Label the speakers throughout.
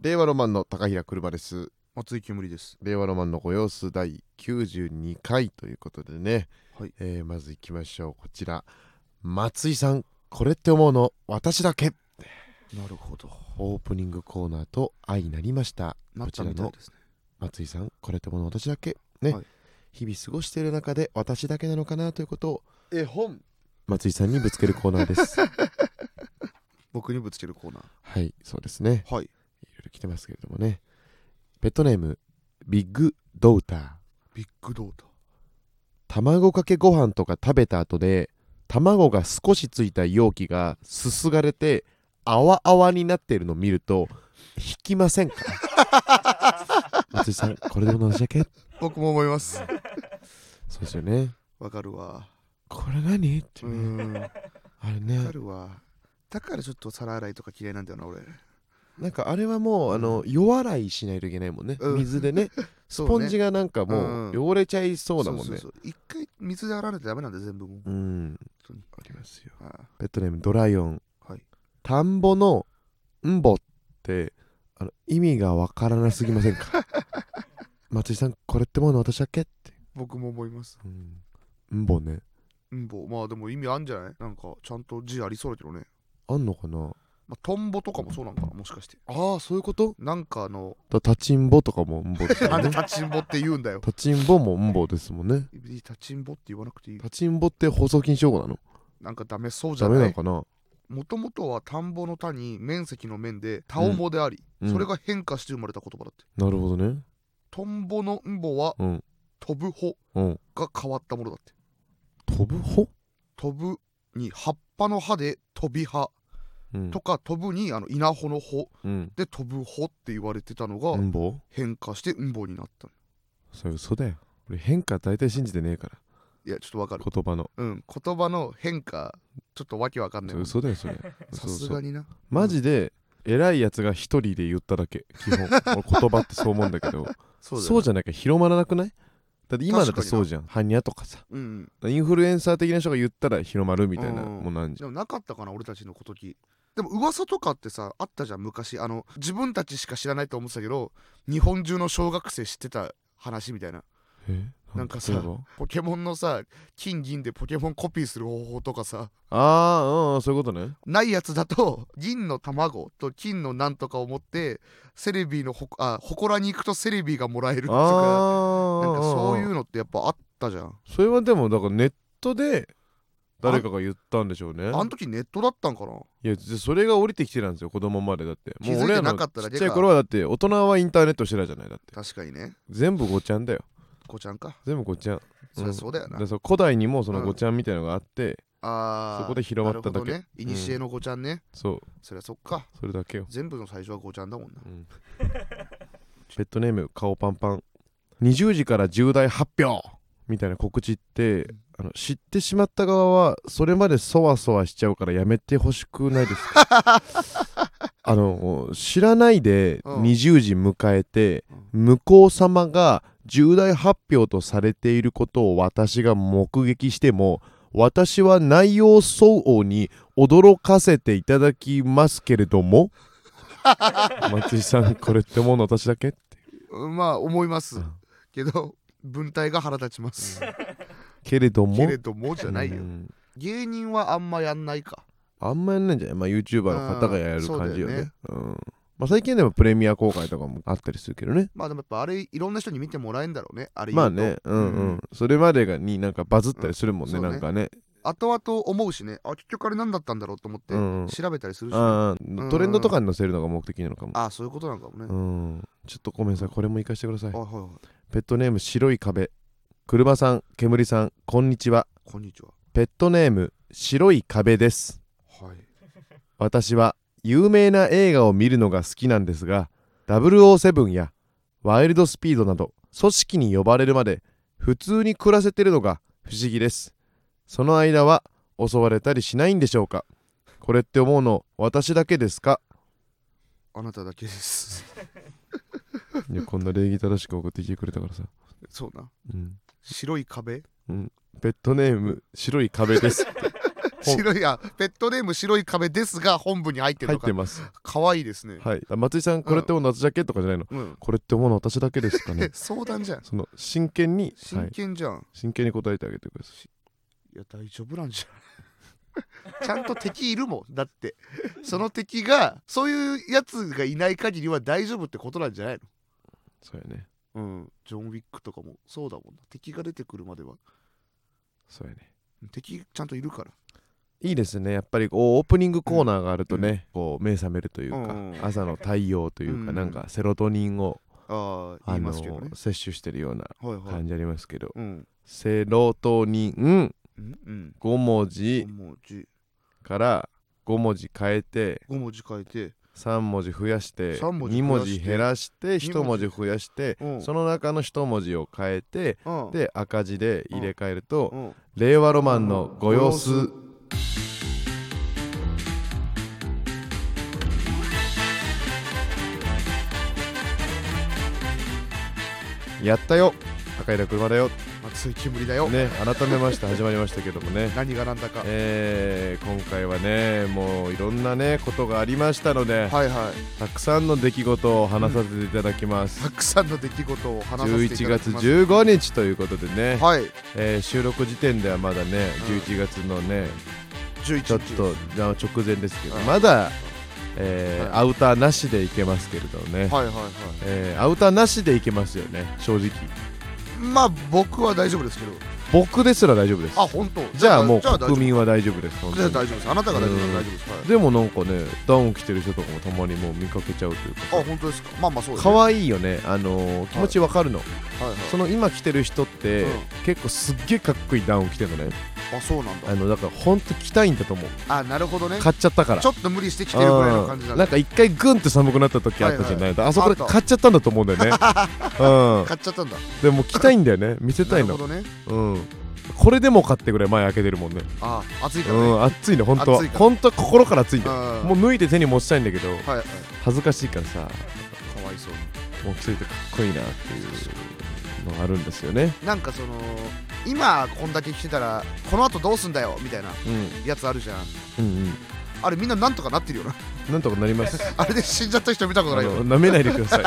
Speaker 1: 令和ロマンの高平車です
Speaker 2: 松井煙です。
Speaker 1: 令和ロマンのご様子第92回ということでね、
Speaker 2: はい
Speaker 1: えーまず行きましょうこちら松井さんこれって思うの私だけ
Speaker 2: なるほど。
Speaker 1: オープニングコーナーと相なりました
Speaker 2: なったみたいですね。
Speaker 1: 松井さんこれってもの私だけね、
Speaker 2: はい
Speaker 1: 日々過ごしている中で私だけなのかなということを
Speaker 2: 絵本
Speaker 1: 松井さんにぶつけるコーナーです
Speaker 2: 僕にぶつけるコーナ
Speaker 1: はいそうですね
Speaker 2: ー。はい。
Speaker 1: いろいろ来てますけれどもねペットネームビッグドーター
Speaker 2: ビッグドータ
Speaker 1: 卵かけご飯とか食べた後で卵が少しついた容器がすすがれて泡泡になっているのを見ると引きませんか 松井さんこれでも同じだけ
Speaker 2: 僕も思います。
Speaker 1: そうですよね
Speaker 2: わかるわ。
Speaker 1: これ何って
Speaker 2: う
Speaker 1: ね、
Speaker 2: ん。わ
Speaker 1: あれ
Speaker 2: か
Speaker 1: ね
Speaker 2: るわ。だからちょっと皿洗いとか嫌いなんだよな、俺。
Speaker 1: なんかあれはもうあの弱洗いしないといけないもんね、
Speaker 2: うん
Speaker 1: 水で ねス
Speaker 2: ス
Speaker 1: ポンジがなんかも
Speaker 2: うん
Speaker 1: う汚れちゃいそうだもんね
Speaker 2: そうそうそう一回水で洗わないとダメなんだよ、全部も
Speaker 1: う
Speaker 2: う。
Speaker 1: ん
Speaker 2: 当に
Speaker 1: ありますよ
Speaker 2: ああ
Speaker 1: ペットネームドライオン、
Speaker 2: はい
Speaker 1: 田んぼの「んぼ」ってあの意味がわからなすぎませんか 松井さんこれってもの私だけって
Speaker 2: 僕も思います。
Speaker 1: うんんぼね
Speaker 2: うんぼ。まあでも意味あんじゃないなんかちゃんと字ありそうだけどね。
Speaker 1: あんのかな
Speaker 2: まあ、トンボとかもそうなのかな、もしかして。
Speaker 1: ああそういうこと
Speaker 2: なんかあ の、
Speaker 1: だ立ちんぼとかもんぼですよ
Speaker 2: なんで
Speaker 1: ね
Speaker 2: 立ちんぼって言うんだよ。
Speaker 1: 立ちんぼもんぼですもんね
Speaker 2: 立ちんぼって言わなくていい。
Speaker 1: 立ちんぼって放送禁止用語なの
Speaker 2: なんかダメそうじゃ
Speaker 1: ダメ
Speaker 2: な
Speaker 1: ないの。かな
Speaker 2: もともとは田んぼの田に面積の面で田んぼであり、
Speaker 1: うん
Speaker 2: それが変化して生まれた言葉だって。
Speaker 1: なるほどね
Speaker 2: トンボのんぼは
Speaker 1: うん
Speaker 2: 飛ぶ穂
Speaker 1: うん
Speaker 2: が変わったものだって。
Speaker 1: 飛ぶ穂、
Speaker 2: 飛ぶに葉っぱの葉で飛び葉
Speaker 1: うん
Speaker 2: とか飛ぶにあの稲穂の穂
Speaker 1: うん、
Speaker 2: で飛ぶ穂って言われてたの
Speaker 1: う
Speaker 2: が
Speaker 1: んぼ
Speaker 2: 変化してんぼになった。
Speaker 1: それ嘘だよ俺変化大体信じてねえから
Speaker 2: いやちょっとわかる。
Speaker 1: 言葉の
Speaker 2: うん言葉の変化ちょっとわけわかんない
Speaker 1: それ
Speaker 2: も
Speaker 1: 嘘だ
Speaker 2: ん。
Speaker 1: よそれ
Speaker 2: さ
Speaker 1: 嘘
Speaker 2: す
Speaker 1: 嘘
Speaker 2: がにな。
Speaker 1: マジで偉いやつが一人で言っただけ基 本俺言葉ってそう思うんだけど
Speaker 2: そ
Speaker 1: そうう
Speaker 2: だよね。
Speaker 1: じゃなきゃ広まらなくないだって今だって
Speaker 2: 確かにな
Speaker 1: そうじゃんハニャとかさ
Speaker 2: うん。
Speaker 1: インフルエンサー的な人が言ったら広まるみたいなもんなんじ
Speaker 2: でもなかったかな俺たちのこときでも噂とかってさあったじゃん昔あの自分たちしか知らないと思ってたけど日本中の小学生知ってた話みたいな
Speaker 1: ゃんえ
Speaker 2: なんかさ
Speaker 1: 例えば
Speaker 2: ポケモンのさ金銀でポケモンコピーする方法とかさ
Speaker 1: あーうんそういうことね
Speaker 2: ないやつだと 銀の卵と金のなんとかを持ってセレビーのほこあ祠に行くとセレビーがもらえると
Speaker 1: ああ
Speaker 2: かなんかそういう
Speaker 1: う
Speaker 2: のってやっぱあったじゃん
Speaker 1: それはでもだからネットで誰かが言ったんでしょうね
Speaker 2: あの時ネットだったんかない
Speaker 1: やそれが降りてきてたんですよ子供までだって
Speaker 2: 気づ
Speaker 1: もう
Speaker 2: い
Speaker 1: 俺
Speaker 2: て
Speaker 1: ら
Speaker 2: な
Speaker 1: のち
Speaker 2: かった
Speaker 1: っ
Speaker 2: だけか
Speaker 1: ちゃい頃はだって大人はインターネットしてたじゃないだって
Speaker 2: 確かにね
Speaker 1: 全部ごちゃんだよ
Speaker 2: こちゃんか
Speaker 1: 全部ごちゃん
Speaker 2: そりゃそうだよな、
Speaker 1: でそう古代にもその
Speaker 2: うん
Speaker 1: ごちゃんみたいのがあって、
Speaker 2: ああ
Speaker 1: そこで広まっただけ
Speaker 2: なるほどねいにしえのごちゃんね、
Speaker 1: そう
Speaker 2: そりゃそっか
Speaker 1: それだけよ、
Speaker 2: 全部の最初はごちゃんだもんな
Speaker 1: うん、 ペットネーム顔パンパン20時から重大発表みたいな告知ってあの知ってしまった側はそれまでそわそわしちゃうからやめてほしくないですか あの知らないで
Speaker 2: うん
Speaker 1: 20時迎えて向こう様が重大発表とされていることを私が目撃しても私は内容相応に驚かせていただきますけれど も松井さんこれってもうの私だけって
Speaker 2: うんまあ思います
Speaker 1: うん
Speaker 2: けど文体が腹立ちます
Speaker 1: けれども
Speaker 2: けれどもじゃないうよ
Speaker 1: ん
Speaker 2: 芸人はあんまやんないか
Speaker 1: あんまやんないんじゃない、まあ、YouTuber の方がや
Speaker 2: あー
Speaker 1: る
Speaker 2: そうだよ
Speaker 1: 感じよね
Speaker 2: ね
Speaker 1: うんまあ、最近でもプレミア公開とかもあったりするけどね
Speaker 2: まあでもやっぱあれいろんな人に見てもらえんだろうねあれ言
Speaker 1: まあ
Speaker 2: うと
Speaker 1: ねうんうん、
Speaker 2: うん
Speaker 1: それまでがになんかバズったりするもんね、
Speaker 2: うんそうね
Speaker 1: なんかね
Speaker 2: 後々思うしねあ結局あれ何だったんだろうと思って
Speaker 1: うんうん
Speaker 2: 調べたりするしね、
Speaker 1: あ
Speaker 2: うん
Speaker 1: あトレンドとかに載せるのが目的なのかも
Speaker 2: ああそういうことなんかもね、
Speaker 1: うんちょっとごめんなさいこれも行かしてください
Speaker 2: あはいはい
Speaker 1: ペットネーム白い壁車さん煙さんこんにちは
Speaker 2: こんにちは
Speaker 1: ペットネーム白い壁です
Speaker 2: はい
Speaker 1: 私は有名な映画を見るのが好きなんですが007やワイルドスピードなど組織に呼ばれるまで普通に暮らせてるのが不思議ですその間は襲われたりしないんでしょうかこれって思うの私だけですか
Speaker 2: あなただけです
Speaker 1: いやこんな礼儀正しく送ってきてくれたからさ、
Speaker 2: そうな
Speaker 1: うん、
Speaker 2: 白い壁
Speaker 1: ペットネーム白い壁です
Speaker 2: 白いやペットネーム白い壁ですが本部に入ってる
Speaker 1: 入っ
Speaker 2: のか
Speaker 1: てます
Speaker 2: 可愛いですね、
Speaker 1: はいあ松井さんこれってもう夏ジャケとかじゃないの
Speaker 2: うん、
Speaker 1: これって思うの私だけですかね
Speaker 2: 相談じゃん
Speaker 1: その真剣には
Speaker 2: 真
Speaker 1: い
Speaker 2: 剣じゃん、
Speaker 1: 真剣に答えてあげてください
Speaker 2: いや大丈夫なんじゃん ちゃんと敵いるもんだってその敵がそういうやつがいない限りは大丈夫ってことなんじゃない
Speaker 1: そうやね
Speaker 2: のうんジョン・ウィックとかもそうだもんな敵が出てくるまでは
Speaker 1: そうやね
Speaker 2: 敵ちゃんといるから
Speaker 1: いいですねやっぱりこうオープニングコーナーがあるとね、こう目覚めるというか、
Speaker 2: うん
Speaker 1: 朝の太陽というか、
Speaker 2: うん
Speaker 1: なんかセロトニンを、
Speaker 2: ああ言
Speaker 1: あ
Speaker 2: い
Speaker 1: の
Speaker 2: ますけどね
Speaker 1: 摂取してるような
Speaker 2: はいはい、
Speaker 1: 感じありますけど、
Speaker 2: うん
Speaker 1: セロトニン
Speaker 2: うんうん
Speaker 1: 5文
Speaker 2: 5
Speaker 1: 字
Speaker 2: 文字
Speaker 1: から5文字変えて
Speaker 2: 5文字変えて
Speaker 1: 3文字増やして
Speaker 2: 三文字
Speaker 1: 2
Speaker 2: 増や
Speaker 1: 文
Speaker 2: して
Speaker 1: 字減らして1文字
Speaker 2: 二文字
Speaker 1: 増やして
Speaker 2: うん
Speaker 1: その中の1文字を変えて
Speaker 2: うん
Speaker 1: で赤字で入れ替えると
Speaker 2: うん
Speaker 1: 令和ロマンのご様子
Speaker 2: ご様
Speaker 1: やったよ赤い車だよ
Speaker 2: 熱い煙だよ、
Speaker 1: ね改めまして始まりましたけどもね
Speaker 2: 何がなんだか、
Speaker 1: えー今回はねもういろんなねことがありましたので
Speaker 2: はいはい
Speaker 1: たくさんの出来事を話させていただきます
Speaker 2: た、くさんの出来事を話させて
Speaker 1: 11
Speaker 2: いただき
Speaker 1: 月
Speaker 2: ます
Speaker 1: 15日ということでね、
Speaker 2: はい
Speaker 1: えー収録時点ではまだね
Speaker 2: うん
Speaker 1: 11月のね
Speaker 2: 11日
Speaker 1: ちょっとじゃあ直前ですけど
Speaker 2: うん
Speaker 1: まだ、えー
Speaker 2: はい
Speaker 1: アウターなしでいけますけれどね、
Speaker 2: はいはいは
Speaker 1: えーアウターなしでいけますよね正直
Speaker 2: いまあ僕は大丈夫ですけど
Speaker 1: 僕ですら大丈夫です
Speaker 2: あ本当
Speaker 1: じゃあもう
Speaker 2: じゃあ大丈
Speaker 1: 国
Speaker 2: 夫
Speaker 1: 民は大丈夫です本
Speaker 2: じゃあ
Speaker 1: 当に
Speaker 2: 大丈夫ですあなたが大丈夫です
Speaker 1: うん
Speaker 2: 大丈夫ですはい
Speaker 1: でもなんかねダウン着てる人とかもたまにもう見かけちゃうという
Speaker 2: あ
Speaker 1: か
Speaker 2: 本当ですかまあまあそうですね
Speaker 1: 可愛いよねあのー気持ちわかるの、
Speaker 2: はいはい
Speaker 1: その今着てる人って、
Speaker 2: うん
Speaker 1: 結構すっげえかっこいいダウン着てるのね
Speaker 2: あそうなんだ
Speaker 1: あのだからほんと着たいんだと思う
Speaker 2: あなるほどね
Speaker 1: 買っちゃったから
Speaker 2: ちょっと無理してきてるぐらいの感じ
Speaker 1: う
Speaker 2: なんん
Speaker 1: な
Speaker 2: だ
Speaker 1: んか一回グンって寒くなった時あったじゃない、あそこで
Speaker 2: あった
Speaker 1: 買っちゃったんだと思うんだよねうん
Speaker 2: 買っちゃったんだ
Speaker 1: でも着たいんだよね見せ
Speaker 2: な
Speaker 1: たい
Speaker 2: る
Speaker 1: の
Speaker 2: ほ、どね
Speaker 1: うんこれでも買ってくれ前開けてるもんね
Speaker 2: あ暑いか
Speaker 1: う
Speaker 2: らね
Speaker 1: ん暑いね本当は
Speaker 2: 暑いから
Speaker 1: 本当は心から暑いんだよ
Speaker 2: あ
Speaker 1: もう脱いで手に持ちたいんだけど
Speaker 2: はいはい
Speaker 1: 恥ずかしいからさ
Speaker 2: かわいそうに
Speaker 1: もう着いてかっこいいなっていうのがあるんですよね
Speaker 2: なんかその今こんだけ来てたらこの後どうすんだよみたいな
Speaker 1: うん
Speaker 2: やつあるじゃん
Speaker 1: うん
Speaker 2: あれみんななんとかなってるよな
Speaker 1: うんなんとかなります
Speaker 2: あれで死んじゃった人見たこと
Speaker 1: あ
Speaker 2: ないよ
Speaker 1: の舐めないでくだ さい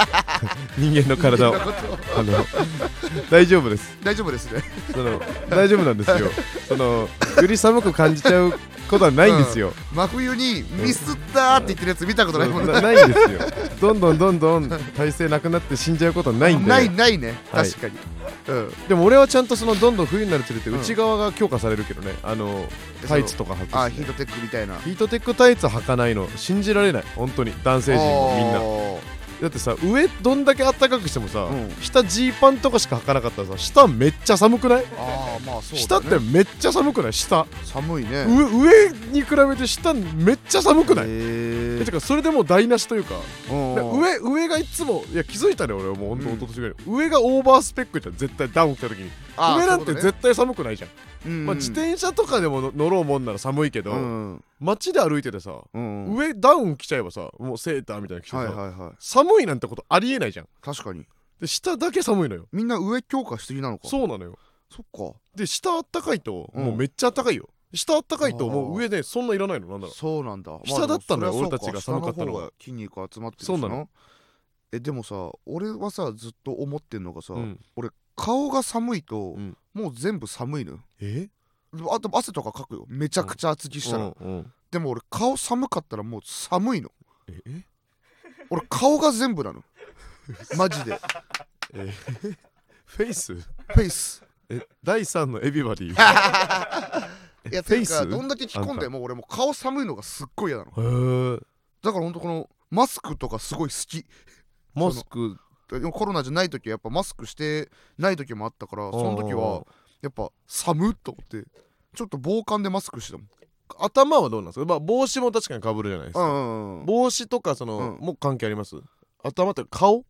Speaker 1: 人間の体を
Speaker 2: 人間のことを
Speaker 1: あの大丈夫です
Speaker 2: 大丈夫ですね
Speaker 1: その大丈夫なんですよそのより寒く感じちゃうことはないんですよ、
Speaker 2: 真冬にミスったーって言ってるやつ見たことないもん
Speaker 1: な
Speaker 2: な
Speaker 1: ないんですよどんどんどんどん体勢なくなって死んじゃうことはないんで
Speaker 2: ないないね
Speaker 1: はい
Speaker 2: 確かにうん
Speaker 1: でも俺はちゃんとそのどんどん冬になるにつれて
Speaker 2: うん
Speaker 1: 内側が強化されるけどねあのタイツとか履くしね、
Speaker 2: あヒートテックみたいな
Speaker 1: ヒートテックタイツ履かないの信じられない本当に男性陣もみんなだってさ上どんだけあったかくしてもさ、
Speaker 2: うん
Speaker 1: 下ジーパンとかしか履かなかったらさ下めっちゃ寒くない、
Speaker 2: あーあーまあそう
Speaker 1: 下
Speaker 2: だ、
Speaker 1: っ
Speaker 2: ね、
Speaker 1: てめっちゃ寒くない下
Speaker 2: 寒いね
Speaker 1: 上上に比べて下めっちゃ寒くない、
Speaker 2: へ
Speaker 1: え
Speaker 2: ー
Speaker 1: てかそれでもう台無しというか
Speaker 2: うん
Speaker 1: で
Speaker 2: うん
Speaker 1: 上上がいつもいや気づいたね俺はもうほんと
Speaker 2: うん
Speaker 1: 一昨年ぐらい、上がオーバースペックじゃん絶対ダウン来た時に
Speaker 2: あー
Speaker 1: 上なん
Speaker 2: そ
Speaker 1: て
Speaker 2: うだね
Speaker 1: 絶対寒くないじゃん、
Speaker 2: うん
Speaker 1: まあ、自転車とかでもの乗ろうもんなら寒いけど、
Speaker 2: うん
Speaker 1: 街で歩いててさ、
Speaker 2: うんうん
Speaker 1: 上ダウン来ちゃえばさもうセーターみたいなの着てさ、
Speaker 2: はいはいはい
Speaker 1: 寒いなんてことありえないじゃん
Speaker 2: 確かに
Speaker 1: で下だけ寒いのよ
Speaker 2: みんな上強化しすぎなのか
Speaker 1: そうなのよ
Speaker 2: そっか
Speaker 1: で下あったかいと
Speaker 2: うん
Speaker 1: もうめっちゃあったかいよ、下あったかいと
Speaker 2: あー
Speaker 1: もう上ねそんないらないのなんだろう
Speaker 2: そうなんだまあ
Speaker 1: 下だったのよ
Speaker 2: でもそりゃ
Speaker 1: 俺たちが寒かったのは
Speaker 2: そう下の方が筋肉集まってるし
Speaker 1: そうなの
Speaker 2: えでもさ俺はさずっと思ってんのがさ、
Speaker 1: うん
Speaker 2: 俺顔が寒いと、
Speaker 1: うん
Speaker 2: もう全部寒いのよ
Speaker 1: え
Speaker 2: あと汗とかかくよめちゃくちゃ厚着したら、
Speaker 1: うんうん
Speaker 2: でも俺顔寒かったらもう寒いの
Speaker 1: ええ
Speaker 2: 俺顔が全部なのマジで
Speaker 1: えフェイス
Speaker 2: フェイス
Speaker 1: え第3のエビバディ
Speaker 2: いや
Speaker 1: フェ
Speaker 2: て
Speaker 1: イ
Speaker 2: い
Speaker 1: ス
Speaker 2: うかどんだけ着込んでも俺もう顔寒いのがすっごい嫌なの
Speaker 1: へー
Speaker 2: だからほんとこのマスクとかすごい好き
Speaker 1: マスク
Speaker 2: でもコロナじゃない時はやっぱマスクしてない時もあったからその時はやっぱ寒っと思ってちょっと防寒でマスクしてたもん
Speaker 1: 頭はどうなんですか、まあ、帽子も確かにかぶるじゃないです
Speaker 2: う
Speaker 1: か、
Speaker 2: んうんうん
Speaker 1: 帽子とかその、
Speaker 2: うん
Speaker 1: もう関係あります頭って顔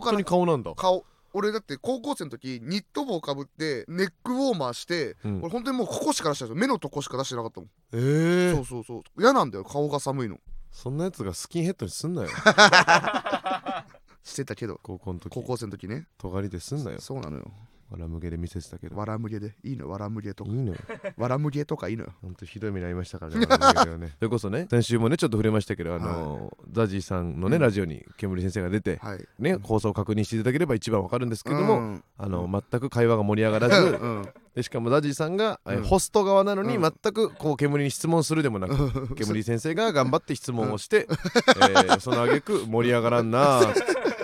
Speaker 1: 本
Speaker 2: か
Speaker 1: 当
Speaker 2: ら
Speaker 1: に顔なんだ、
Speaker 2: 顔俺だって高校生の時ニット帽かぶってネックウォーマーして
Speaker 1: うん
Speaker 2: 俺本当にもうここしか出してない目のとこしか出してなかったもん
Speaker 1: えー、
Speaker 2: そ
Speaker 1: そう
Speaker 2: そうそう嫌なんだよ顔が寒いの
Speaker 1: んなやつがスキンヘッドにすん なよ
Speaker 2: してたけど
Speaker 1: 高校の時
Speaker 2: 高校生の時ね
Speaker 1: 尖りですんなよ
Speaker 2: そうなのよ
Speaker 1: わらむげで見せてたけど
Speaker 2: わらむげでいいのわらむげと
Speaker 1: い
Speaker 2: か
Speaker 1: いのよ
Speaker 2: わらむげとかいいのよ
Speaker 1: ほんとひどい目に遭いましたからねわらむげはねそれこそね先週もねちょっと触れましたけどあのザジーさんのね
Speaker 2: うん
Speaker 1: ラジオに煙先生が出て
Speaker 2: はい
Speaker 1: ね放送を確認していただければ一番わかるんですけども
Speaker 2: うん
Speaker 1: あの全く会話が盛り上がらず
Speaker 2: うん
Speaker 1: でしかもザジーさんが、えー
Speaker 2: うん
Speaker 1: ホスト側なのに
Speaker 2: うん
Speaker 1: 全くこう煙に質問するでもなく、煙先生が頑張って質問をして、えーその挙句盛り上がらんなー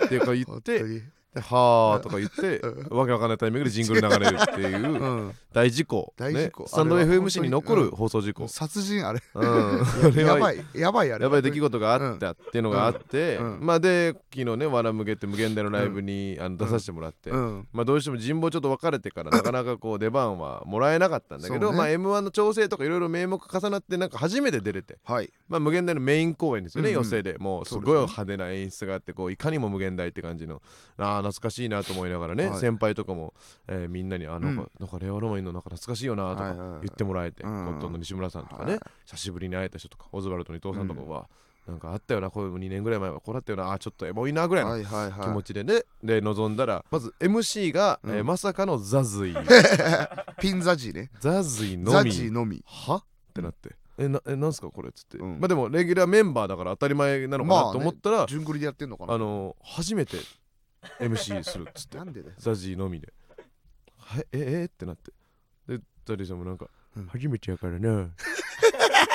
Speaker 1: っていうか言
Speaker 2: 本
Speaker 1: っ
Speaker 2: 当
Speaker 1: て
Speaker 2: に
Speaker 1: ではーとか言って、
Speaker 2: う
Speaker 1: わけわかんないタイミングでジングル流れるっていううん大事故,、
Speaker 2: 大事故
Speaker 1: ね、スタンド
Speaker 2: あれは
Speaker 1: FMC に残る放送事故、
Speaker 2: 殺人あれ
Speaker 1: うんあれ
Speaker 2: や
Speaker 1: は
Speaker 2: ばいやばいあれ
Speaker 1: やばい出来事があったっていうのがあって、
Speaker 2: うん
Speaker 1: まあで昨日ね「わらむげ」って無限大のライブに、あの出させてもらって、
Speaker 2: うん
Speaker 1: まあどうしても人望ちょっと別れてからなかなかこう出番はもらえなかったんだけ
Speaker 2: そ
Speaker 1: ど、
Speaker 2: うね
Speaker 1: まあ m 1の調整とかいろいろ名目重なってなんか初めて出れて、
Speaker 2: はい
Speaker 1: まあ、無限大のメイン公演ですよね、
Speaker 2: うんうん
Speaker 1: 寄席でもうすごい派手な演出があってこういかにも無限大って感じのあー懐かしいなと思いながらね、
Speaker 2: はい
Speaker 1: 先輩とかも、えーみんなに「あの、
Speaker 2: うん
Speaker 1: なんかレオロマンのなんか懐かしいよな」と
Speaker 2: は
Speaker 1: か
Speaker 2: いはいはい
Speaker 1: 言ってもらえて、
Speaker 2: う
Speaker 1: コ
Speaker 2: ん
Speaker 1: ットンの西村さんとかね、
Speaker 2: はい
Speaker 1: 久しぶりに会えた人とかオズワルドの伊藤さんとか
Speaker 2: うん
Speaker 1: は、なんかあったよなこういう2年ぐらい前はこうだったよなあーちょっとエモいなぐらいの
Speaker 2: はいはい
Speaker 1: 気
Speaker 2: は
Speaker 1: 持ちでねで臨んだらまず MC が、
Speaker 2: うん
Speaker 1: えーまさかのザズイ
Speaker 2: いピンザジーね
Speaker 1: ザズイの
Speaker 2: ザ
Speaker 1: み
Speaker 2: ジーのみ
Speaker 1: はってなって。えなえなんすかこれっつって、
Speaker 2: うん
Speaker 1: まあでもレギュラーメンバーだから当たり前なのか
Speaker 2: まあ
Speaker 1: な
Speaker 2: ね
Speaker 1: と思ったら、あ
Speaker 2: 順繰りでやってんのかな
Speaker 1: の初めて MC するっつ って
Speaker 2: なんでだよ
Speaker 1: ザジーのみで「はいええってなってでザジーさんもなんか「
Speaker 2: うん
Speaker 1: 初めてやからな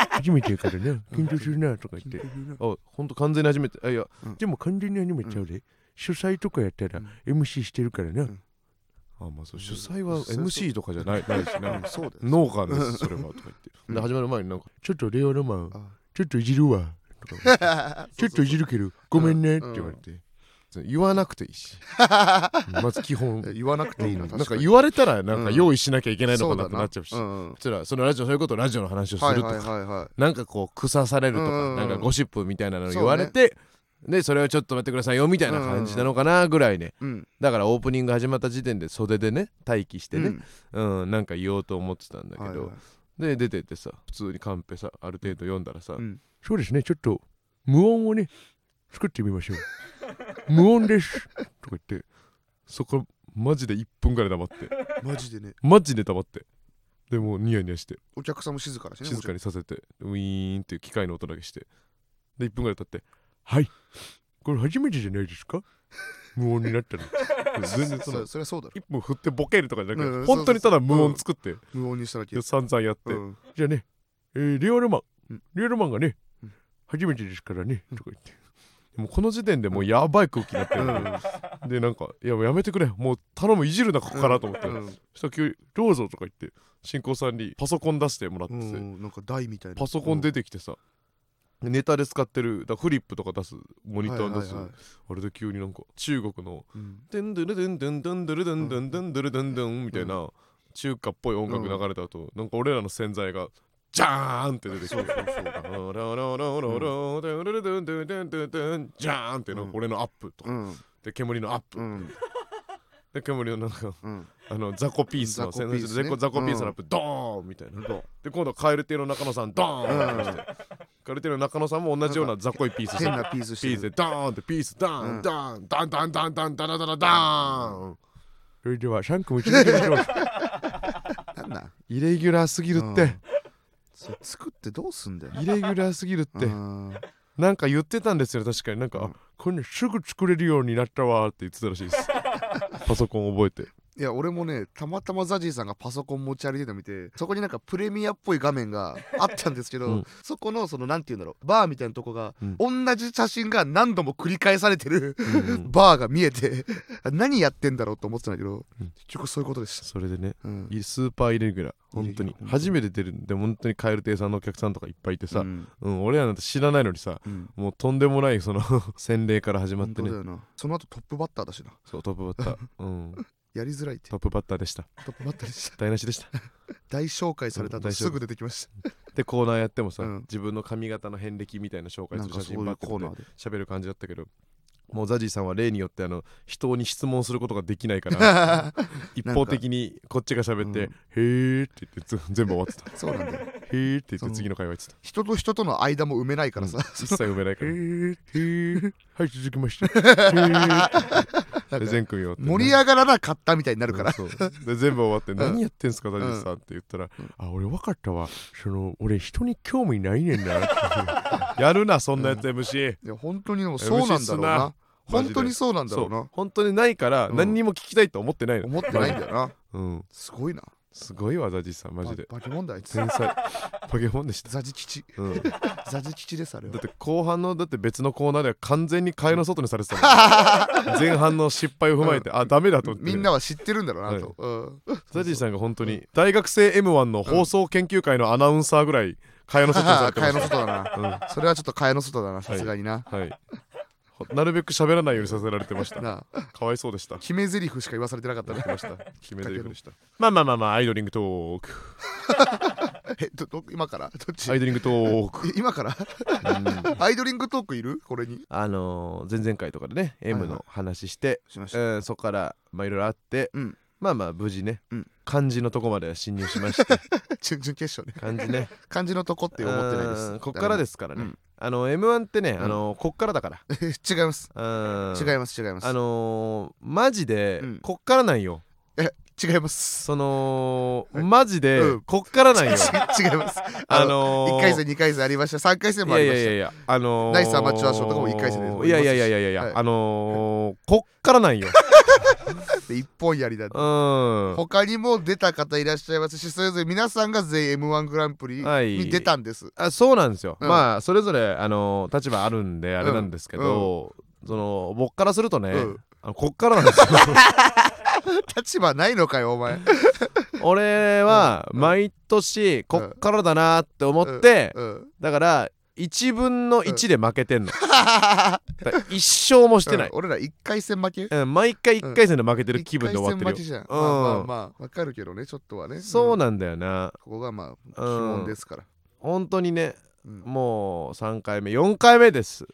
Speaker 1: 初めてやからな緊張するな」とか言ってあ、ほんと完全に初めて。あいや、
Speaker 2: うん
Speaker 1: でも完全に初めてちゃうで。主催とかやったら MC してるからな。
Speaker 2: うん
Speaker 1: あ、まあそうう、
Speaker 2: ん
Speaker 1: 主催は
Speaker 2: 主催そう
Speaker 1: MC とかじゃないないし
Speaker 2: う
Speaker 1: な。
Speaker 2: んそうだ よ
Speaker 1: 農家です、それは。とか言って。
Speaker 2: う ん
Speaker 1: で、始まる前になんか、ちょっとレオロマン、
Speaker 2: あ
Speaker 1: ちょっといじるわ。 とかちょっといじるけど、ごめんねって言われて。言わなくていいし。 まず基 本。
Speaker 2: 言わなくていい
Speaker 1: うん
Speaker 2: な
Speaker 1: な
Speaker 2: 確
Speaker 1: んか
Speaker 2: に
Speaker 1: 言われたら、なんか
Speaker 2: うん
Speaker 1: 用意しなきゃいけないの
Speaker 2: そ
Speaker 1: か
Speaker 2: う
Speaker 1: なっ
Speaker 2: だ
Speaker 1: てなっちゃうし。
Speaker 2: う
Speaker 1: そ
Speaker 2: んうん
Speaker 1: したら、そのラジオ、そういうことをラジオの話をす
Speaker 2: はい
Speaker 1: ると
Speaker 2: はい
Speaker 1: か。
Speaker 2: はいは
Speaker 1: なんかこう草されると
Speaker 2: うんうんう
Speaker 1: か
Speaker 2: ん
Speaker 1: なんかゴシップみたいなの言われてでそれをちょっと待ってくださいよみたいな感じなのかなぐらいね
Speaker 2: いうん
Speaker 1: だからオープニング始まった時点で袖でね待機して
Speaker 2: う
Speaker 1: ね
Speaker 2: ん
Speaker 1: うんなんか言おうと思ってたんだけ
Speaker 2: はい
Speaker 1: ど
Speaker 2: はい
Speaker 1: で出てってさ普通にカンペさある程度読んだらさ
Speaker 2: うん
Speaker 1: そうですねちょっと無音をね作ってみましょう 無音ですとか言ってそこマジで1分ぐらい黙って
Speaker 2: マジでね
Speaker 1: マジで黙ってでもうニヤニヤして
Speaker 2: お客さんも静かだしね
Speaker 1: 静か
Speaker 2: に
Speaker 1: にさせてウィーンっていう機械の音だけしてで1分ぐらい経って「はいこれ初めてじゃないですか?」無音になった の全然そ
Speaker 2: そ
Speaker 1: の
Speaker 2: うそれはそうだろ
Speaker 1: 1分振ってボケるとかじゃな
Speaker 2: う
Speaker 1: く
Speaker 2: ん
Speaker 1: て本当にただ無音作って
Speaker 2: 無音にしただけ
Speaker 1: で散々やって
Speaker 2: うん
Speaker 1: じゃあねえーレオルマ
Speaker 2: う
Speaker 1: ン
Speaker 2: ん
Speaker 1: レオルマンがね
Speaker 2: うん
Speaker 1: 初めてですからねとか言って。でもこの時点でもうやばい空気になって
Speaker 2: う
Speaker 1: る、
Speaker 2: ん
Speaker 1: でなんか「いやもうやめてくれもう頼むいじるなここから」と思って、
Speaker 2: うん
Speaker 1: そしたら急に「どうぞ」とか言って進行さんにパソコン出してもらって
Speaker 2: う
Speaker 1: て、
Speaker 2: んなんか台みたいな
Speaker 1: パソコン出てきてさ、ネタで使ってるだフリップとか出すモ
Speaker 2: モ
Speaker 1: ニター出す、あれで急になんか中国の「ドゥンドゥルドゥンドゥンドゥンドゥルドゥンドゥンドゥンドゥルドゥンドゥン」みたいな中華っぽい音楽流れた後、なんか俺らの洗剤がジャーンって出てきて。
Speaker 2: そうそうそう
Speaker 1: ララララララドゥルルドゥンドゥンドゥンドゥンドゥンジャーンっての、
Speaker 2: うん
Speaker 1: 俺のアップとか、
Speaker 2: うん
Speaker 1: で煙のアップ、
Speaker 2: うん
Speaker 1: で煙のなんか
Speaker 2: うん
Speaker 1: あのザコピースの
Speaker 2: ザコピースね
Speaker 1: ザコザコピースのアップ、ドーンみたいなで今度カエル亭の中野さんドーンってして、カエル亭の中野さんも同じようなザコいピースして
Speaker 2: 変なピースし
Speaker 1: ピースで
Speaker 2: てる
Speaker 1: ドーンってピースダーン、
Speaker 2: うん
Speaker 1: ダーンダンダンダンダンダンダンダンダンそれではシャンクも一緒に行きましょう
Speaker 2: なんなん
Speaker 1: イレギュラーすぎるっ
Speaker 2: う
Speaker 1: て
Speaker 2: ん、それ作ってどうすんだよ
Speaker 1: イレギュラーすぎるって、
Speaker 2: うん
Speaker 1: なんか言ってたんですよ確かになんか、
Speaker 2: うん
Speaker 1: あこれねすぐ作れるようになったわーって言ってたらしいです パソコン覚えて
Speaker 2: いや俺もねたまたまザジーさんがパソコン持ち歩いてるの見てそこになんかプレミアっぽい画面 があったんですけど、
Speaker 1: うん
Speaker 2: そこのそのなんて言うんだろうバーみたいなとこが、
Speaker 1: う
Speaker 2: 同じ写真が何度も繰り返されてる、
Speaker 1: うん
Speaker 2: バーが見えて何やってんだろうと思ってたんだけど、
Speaker 1: うん
Speaker 2: 結局そういうことでした、
Speaker 1: それでね
Speaker 2: うん
Speaker 1: いスーパーイレギュラー本当
Speaker 2: い
Speaker 1: に
Speaker 2: やいや本当に
Speaker 1: 初めて出るんで本当にカエル亭さんのお客さんとかいっぱいいてさ、
Speaker 2: う
Speaker 1: うん
Speaker 2: ん
Speaker 1: 俺らなんて知らないのにさ
Speaker 2: うん
Speaker 1: もうとんでもないその 洗礼から始まっ
Speaker 2: 本
Speaker 1: て
Speaker 2: 当だ
Speaker 1: ね
Speaker 2: よなその後トップバッターだしな
Speaker 1: そうトップバッ ター、うん、
Speaker 2: やりづらいって
Speaker 1: トップバッターでした
Speaker 2: トップバッターでした
Speaker 1: 台無しでした
Speaker 2: 大紹介された
Speaker 1: う
Speaker 2: 後
Speaker 1: ん大紹介
Speaker 2: すぐ出てきまし
Speaker 1: でコーナーやってもさ、
Speaker 2: うん
Speaker 1: 自分の髪型の遍歴みたいな紹介
Speaker 2: たな
Speaker 1: す
Speaker 2: ん
Speaker 1: る
Speaker 2: か
Speaker 1: 写
Speaker 2: そう
Speaker 1: 真
Speaker 2: い
Speaker 1: ば
Speaker 2: う
Speaker 1: って
Speaker 2: コーナーで
Speaker 1: 喋る感じだったけどもうザジーさんは例によってあの人に質問することができ ないから一方的にこっちが喋って「
Speaker 2: うん
Speaker 1: へーって言ってず全部終わ ってた「
Speaker 2: そうなんだよ
Speaker 1: へーって
Speaker 2: そ
Speaker 1: 言っ
Speaker 2: の
Speaker 1: て次の会話言ってた
Speaker 2: 人と人との間も埋めないからさ、
Speaker 1: 一切埋めないから
Speaker 2: へー
Speaker 1: はい続きましてへー
Speaker 2: なん
Speaker 1: で
Speaker 2: か
Speaker 1: 全組終わって
Speaker 2: 盛り上がらなかったみたいにな
Speaker 1: な
Speaker 2: るから、
Speaker 1: そうで全部終わって「
Speaker 2: ん
Speaker 1: 何やってんすか大地さん」って言ったら「あ俺分かったわその俺人に興味ないねんな」 やるなそんなやつ MC
Speaker 2: いや本当にでもそうなんだろ
Speaker 1: 無
Speaker 2: うな
Speaker 1: 視すなマジ
Speaker 2: 本
Speaker 1: で
Speaker 2: 当にそうなんだろうな
Speaker 1: 本当にないから
Speaker 2: うん
Speaker 1: 何にも聞きたいと思ってないの
Speaker 2: 思ってないんだよな
Speaker 1: うん
Speaker 2: すごいな
Speaker 1: すごいわ大地さんマジで
Speaker 2: ババケモンだあいつ
Speaker 1: 天 才バケモンでした
Speaker 2: ザジ吉
Speaker 1: うんだ
Speaker 2: ザジ吉ですあれは
Speaker 1: って後半のだって別のコーナーでは完全に替えの外にされてた もん前半の失敗を踏まえてあダメだと思って
Speaker 2: みんなは知ってるんだろうなと、うん
Speaker 1: ザジーさんが本当に大学生 M1 の放送研究会のアナウンサーぐらい替えの外にされてま
Speaker 2: 蚊
Speaker 1: し
Speaker 2: 帳
Speaker 1: た
Speaker 2: の外だな
Speaker 1: うん
Speaker 2: それはちょっと蚊帳の外だなさすがにな、
Speaker 1: はい。なるべく喋らないようにさせられてました。
Speaker 2: なあ
Speaker 1: かわいそうでした。
Speaker 2: 決め台詞しか言わされてなかっ た
Speaker 1: 言っ
Speaker 2: ね
Speaker 1: てました。決め台詞でした。まあまあまあまあ、アイドリングトーク。
Speaker 2: えどど今からどっち
Speaker 1: アイドリングトーク。
Speaker 2: え今からアイドリングトークいるこれに
Speaker 1: あのー前々回とかでね、
Speaker 2: いはい
Speaker 1: M の話して、
Speaker 2: しまし
Speaker 1: う
Speaker 2: た
Speaker 1: んそこから、まあいろいろあって、
Speaker 2: うん
Speaker 1: まあまあ無事ね、
Speaker 2: うん
Speaker 1: 漢字のとこまでは侵入しまして、
Speaker 2: 準々決勝ね
Speaker 1: 漢字ね。
Speaker 2: 漢字のとこって思ってないで
Speaker 1: うん
Speaker 2: す
Speaker 1: こっからですすからね。
Speaker 2: うん
Speaker 1: あの M1 ってね、
Speaker 2: ん
Speaker 1: あのーこっからだから。
Speaker 2: 違います
Speaker 1: うん
Speaker 2: 違います違います
Speaker 1: あのーマジで、
Speaker 2: うん
Speaker 1: こっからなんよ。
Speaker 2: 違います
Speaker 1: その
Speaker 2: はい
Speaker 1: マジで、
Speaker 2: うん
Speaker 1: こっからなんよ。
Speaker 2: 違います
Speaker 1: あのー、
Speaker 2: 1回戦2回戦ありました3回戦もあ
Speaker 1: い
Speaker 2: り
Speaker 1: や
Speaker 2: ま
Speaker 1: い
Speaker 2: し
Speaker 1: や
Speaker 2: た
Speaker 1: いや、あのー、
Speaker 2: ナイスアマチュア賞とかも一回戦で
Speaker 1: いやいやいやいやいや、
Speaker 2: はい
Speaker 1: あのー、こっからなんよ。
Speaker 2: で一本やりだ
Speaker 1: うん。は
Speaker 2: 他にも出た方いらっしゃいますしそれぞれ皆さんが全員 m 1グランプリ
Speaker 1: はい
Speaker 2: に出たんです、
Speaker 1: あそうなんですよ。
Speaker 2: うん
Speaker 1: まあそれぞれあのー立場あるんであれなんですけど、その僕からするとね、
Speaker 2: うん
Speaker 1: あのこっからなん ですよ。
Speaker 2: 立場ないのかよ お前
Speaker 1: 俺は
Speaker 2: うん
Speaker 1: 毎年こっからだなって思って、
Speaker 2: うん
Speaker 1: だから1分の1で負けてんの。だから一生もしてない。
Speaker 2: うん俺ら1回戦負け
Speaker 1: うん、毎回1回戦で負けてる気分で終わってる
Speaker 2: 一回戦負け
Speaker 1: よ。
Speaker 2: じゃん、
Speaker 1: うん
Speaker 2: まあまあまあわかるけどねちょっとはね
Speaker 1: そう
Speaker 2: うん
Speaker 1: なんだよな。
Speaker 2: ここがまあ鬼門ですから、
Speaker 1: 本当にね、
Speaker 2: うん
Speaker 1: もう3回目4回目です、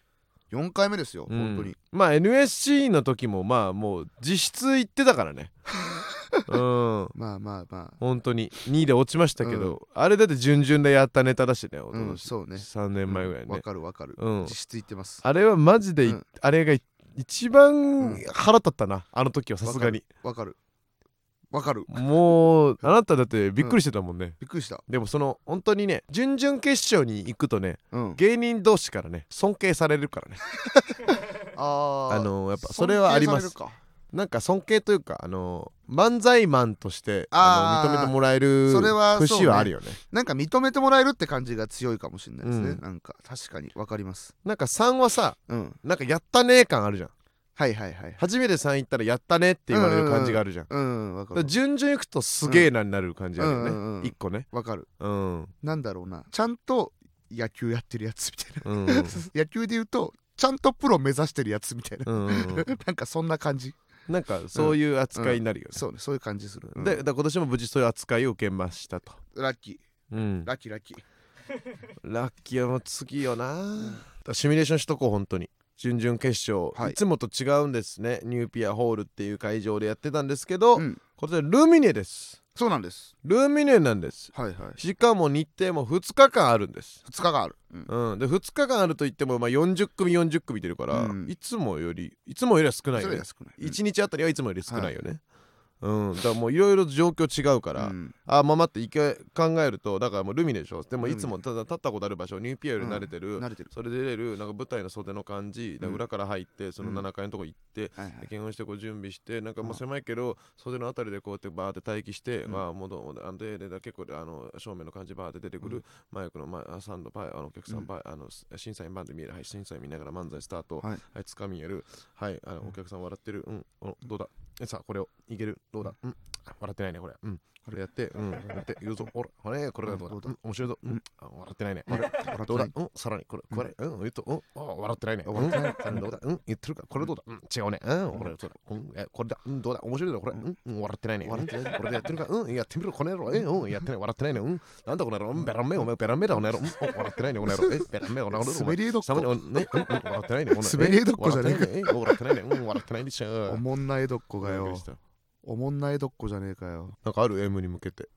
Speaker 2: 4回目ですよ、
Speaker 1: うん
Speaker 2: 本当に
Speaker 1: まあ NSC の時もまあもう実質行ってたから ねうん
Speaker 2: まあまあまあ
Speaker 1: 本当に2位で落ちましたけど、あれだって準々でやったネタだしね、おと
Speaker 2: うん
Speaker 1: とし
Speaker 2: そうね
Speaker 1: 3年前ぐらい
Speaker 2: うんわ
Speaker 1: ね、
Speaker 2: かるわかる、
Speaker 1: うん
Speaker 2: 実質言ってます
Speaker 1: あれはマジでい、
Speaker 2: うん
Speaker 1: あれがい一
Speaker 2: う
Speaker 1: 番
Speaker 2: ん
Speaker 1: 腹立ったなあの時はさすがに
Speaker 2: わかるわかる
Speaker 1: もうあなただってびっくりしてたもんね、
Speaker 2: びっくりした
Speaker 1: でもその本当にね準々決勝に行くとね
Speaker 2: うん
Speaker 1: 芸人同士からね尊敬されるからね
Speaker 2: あ
Speaker 1: あのやっぱそれはありますなんか尊敬というかあの漫才マンとしてあの
Speaker 2: あー
Speaker 1: 認めてもらえる
Speaker 2: それはそうね
Speaker 1: 節はあるよね
Speaker 2: なんか認めてもらえるって感じが強いかもしれないですね、
Speaker 1: うん
Speaker 2: なんか確かにわかります
Speaker 1: なんか3はさ
Speaker 2: うん
Speaker 1: なんかやったねー感あるじゃん
Speaker 2: はいはいはいはい
Speaker 1: 初めて3行ったらやったねって言われる感じがあるじゃん,、
Speaker 2: うんわかる
Speaker 1: 順々行くとすげえなになる感じあるよね、
Speaker 2: うんうんうんうん
Speaker 1: 1個ね
Speaker 2: わかる
Speaker 1: うん
Speaker 2: なんだろうなちゃんと野球やってるやつみたいな
Speaker 1: うんうん
Speaker 2: 野球で言うとちゃんとプロ目指してるやつみたいな、
Speaker 1: うんうん
Speaker 2: なんかそんな感じ
Speaker 1: なんかそういう扱いになるよね、
Speaker 2: そうねそういう感じする、うん
Speaker 1: でだから今年も無事そういう扱いを受けましたと、
Speaker 2: ラッキー
Speaker 1: うん、
Speaker 2: ラッキーラッキー
Speaker 1: ラッキーはもう次よな、だからシミュレーションしとこう本当に準々決勝、
Speaker 2: はい
Speaker 1: い、つもと違うんですねニューピアホールっていう会場でやってたんですけど、
Speaker 2: うん
Speaker 1: これでルミネです
Speaker 2: そうなんです
Speaker 1: ルミネなんです
Speaker 2: はいはい
Speaker 1: しかも日程も2日間あるんです
Speaker 2: 2日がある、うん
Speaker 1: うん、で2日間あるといっても、まあ、40組40組出るから、
Speaker 2: うん
Speaker 1: いつもよりいつもよりは少ない
Speaker 2: そ
Speaker 1: よ
Speaker 2: れ
Speaker 1: ね
Speaker 2: は少ない
Speaker 1: 1日あたりはいつもより少ないよね、うん、だからもういろいろ状況違うか
Speaker 2: う
Speaker 1: ら、
Speaker 2: ん
Speaker 1: あまあ待っていけ考えるとだからもうルミネでしょでも
Speaker 2: ル
Speaker 1: い
Speaker 2: ミネ
Speaker 1: つもただ立ったことある場所ニューピアより慣れてる、
Speaker 2: 慣れてる、
Speaker 1: それで出れるなんか舞台の袖の感じ、だから
Speaker 2: うん
Speaker 1: 裏から入ってその
Speaker 2: うん
Speaker 1: 7階のとこ行って、
Speaker 2: はいはい、
Speaker 1: 検温してこう準備してなんかも
Speaker 2: う
Speaker 1: うん狭いけど、袖のあたりでこうやってバーって待機して、
Speaker 2: うん
Speaker 1: まあもうどうあのででで結構あの正面の感じバーって出てくる、
Speaker 2: う
Speaker 1: マイクの前あサンドパイあのお客さんパイ、あの審査員バンで見えるはい審査員見ながら漫才スタート
Speaker 2: はい
Speaker 1: はいつかみやるはいあのお客さん笑ってるうんおどうだえさあこれをいけるどうだうんあ笑ってないねこれうんこれやってうんやって言うぞほらほれこれがどうだ,、う
Speaker 2: う
Speaker 1: んん
Speaker 2: どうだ
Speaker 1: 面白いぞうんあ笑ってないね
Speaker 2: あれ
Speaker 1: どうだうん、さらにこれ、これ、うん、言うと、うん、あ笑ってないね。うん、さらにどうだうん、言ってるか、これどうだうん、違うね。うん、俺、そうだ。うん、え、これだ。うん、どうだ面白いだろ、これ。うん、うん笑ってないね。
Speaker 2: 笑って
Speaker 1: ない。これでやってるかうん、やってみろ、この野郎。え、うん、やってない。笑ってないね。うん、なんだこの野郎。うん、ベランメ、お前、ベランメだ、この野郎。うん、お笑ってないね、この野郎。え、ベランメ、この野郎。お
Speaker 2: 滑
Speaker 1: 前
Speaker 2: り絵どっ
Speaker 1: さまに、
Speaker 2: こ
Speaker 1: おね、うん、うん笑ってないね。この野郎
Speaker 2: 滑り絵どっこじゃねえか
Speaker 1: え笑ってないね。え笑ってないね。うん、笑ってないでしょ。
Speaker 2: おもんな絵どっこ
Speaker 1: お
Speaker 2: がよおもんな絵どっこじゃねえかよ
Speaker 1: なんかある M に向けて。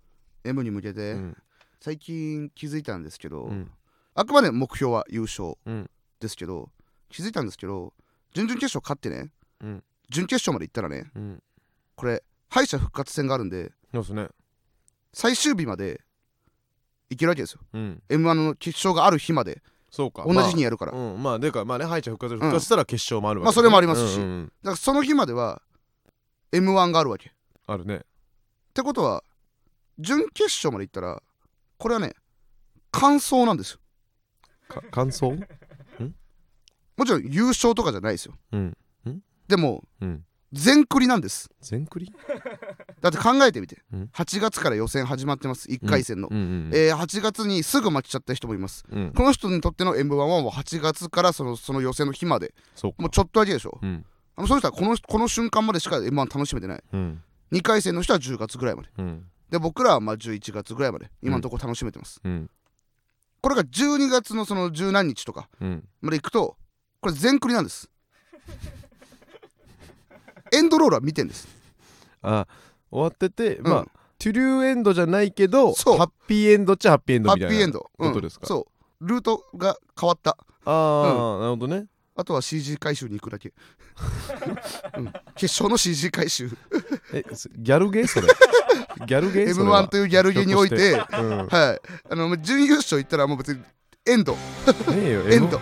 Speaker 2: M に向けて、
Speaker 1: うん。
Speaker 2: 最近気づいたんですけど、
Speaker 1: うん
Speaker 2: あくまで目標は優勝
Speaker 1: うん
Speaker 2: ですけど、気づいたんですけど準々決勝勝ってね、
Speaker 1: うん
Speaker 2: 準決勝まで行ったらね
Speaker 1: うん
Speaker 2: これ敗者復活戦があるんで
Speaker 1: そうですね
Speaker 2: 最終日までいけるわけですよ
Speaker 1: うん
Speaker 2: m 1の決勝がある日まで
Speaker 1: そうか
Speaker 2: 同じ日にやるから、
Speaker 1: まあうんまあでかまあね敗者復活復活したら決勝もあるわけ、
Speaker 2: まあそれもありますし
Speaker 1: うんうんうん
Speaker 2: だからその日までは m 1があるわけっ
Speaker 1: あるね
Speaker 2: てことは準決勝まで行ったらこれはね完走なんですよ
Speaker 1: か感 想
Speaker 2: もちろん優勝とかじゃないですよ
Speaker 1: うん
Speaker 2: でも
Speaker 1: うん
Speaker 2: 全クリなんです
Speaker 1: 全クリ
Speaker 2: だって考えてみて
Speaker 1: うん
Speaker 2: 8月から予選始まってます1回戦の、
Speaker 1: うんうん
Speaker 2: えー8月にすぐ負けちゃった人もいます
Speaker 1: うん
Speaker 2: この人にとっての m 1はもう8月からそのその予選の日まで
Speaker 1: そうか
Speaker 2: もうちょっとだけでしょ
Speaker 1: うん
Speaker 2: あのそういう人はこのこの瞬間までしか m 1楽しめてない
Speaker 1: うん
Speaker 2: 2回戦の人は10月ぐらいまで
Speaker 1: うん
Speaker 2: で僕らはまあ11月ぐらいまで今のところ楽しめてます、
Speaker 1: うん
Speaker 2: これが12月のその十何日とか
Speaker 1: うん
Speaker 2: まで行くとこれ全クリなんです エンドロールは見てんです
Speaker 1: あ終わってて、
Speaker 2: ん
Speaker 1: まあトゥルーエンドじゃないけど
Speaker 2: そう
Speaker 1: ハッピーエンドっちゃハッピーエンド
Speaker 2: ハ
Speaker 1: みたい
Speaker 2: ッ
Speaker 1: な
Speaker 2: ピーエンド、うん
Speaker 1: ことですか
Speaker 2: そうルートが変わった
Speaker 1: ああ、なるほどね
Speaker 2: あとは CG 回収に行くだけ、 うん決勝の CG 回収
Speaker 1: えすギャルゲー それギャルゲー
Speaker 2: m 1というギャルゲーにおいて
Speaker 1: ひょっとしてうん
Speaker 2: はいあの準優勝行ったらもう別にエンド
Speaker 1: ねえよ
Speaker 2: エンド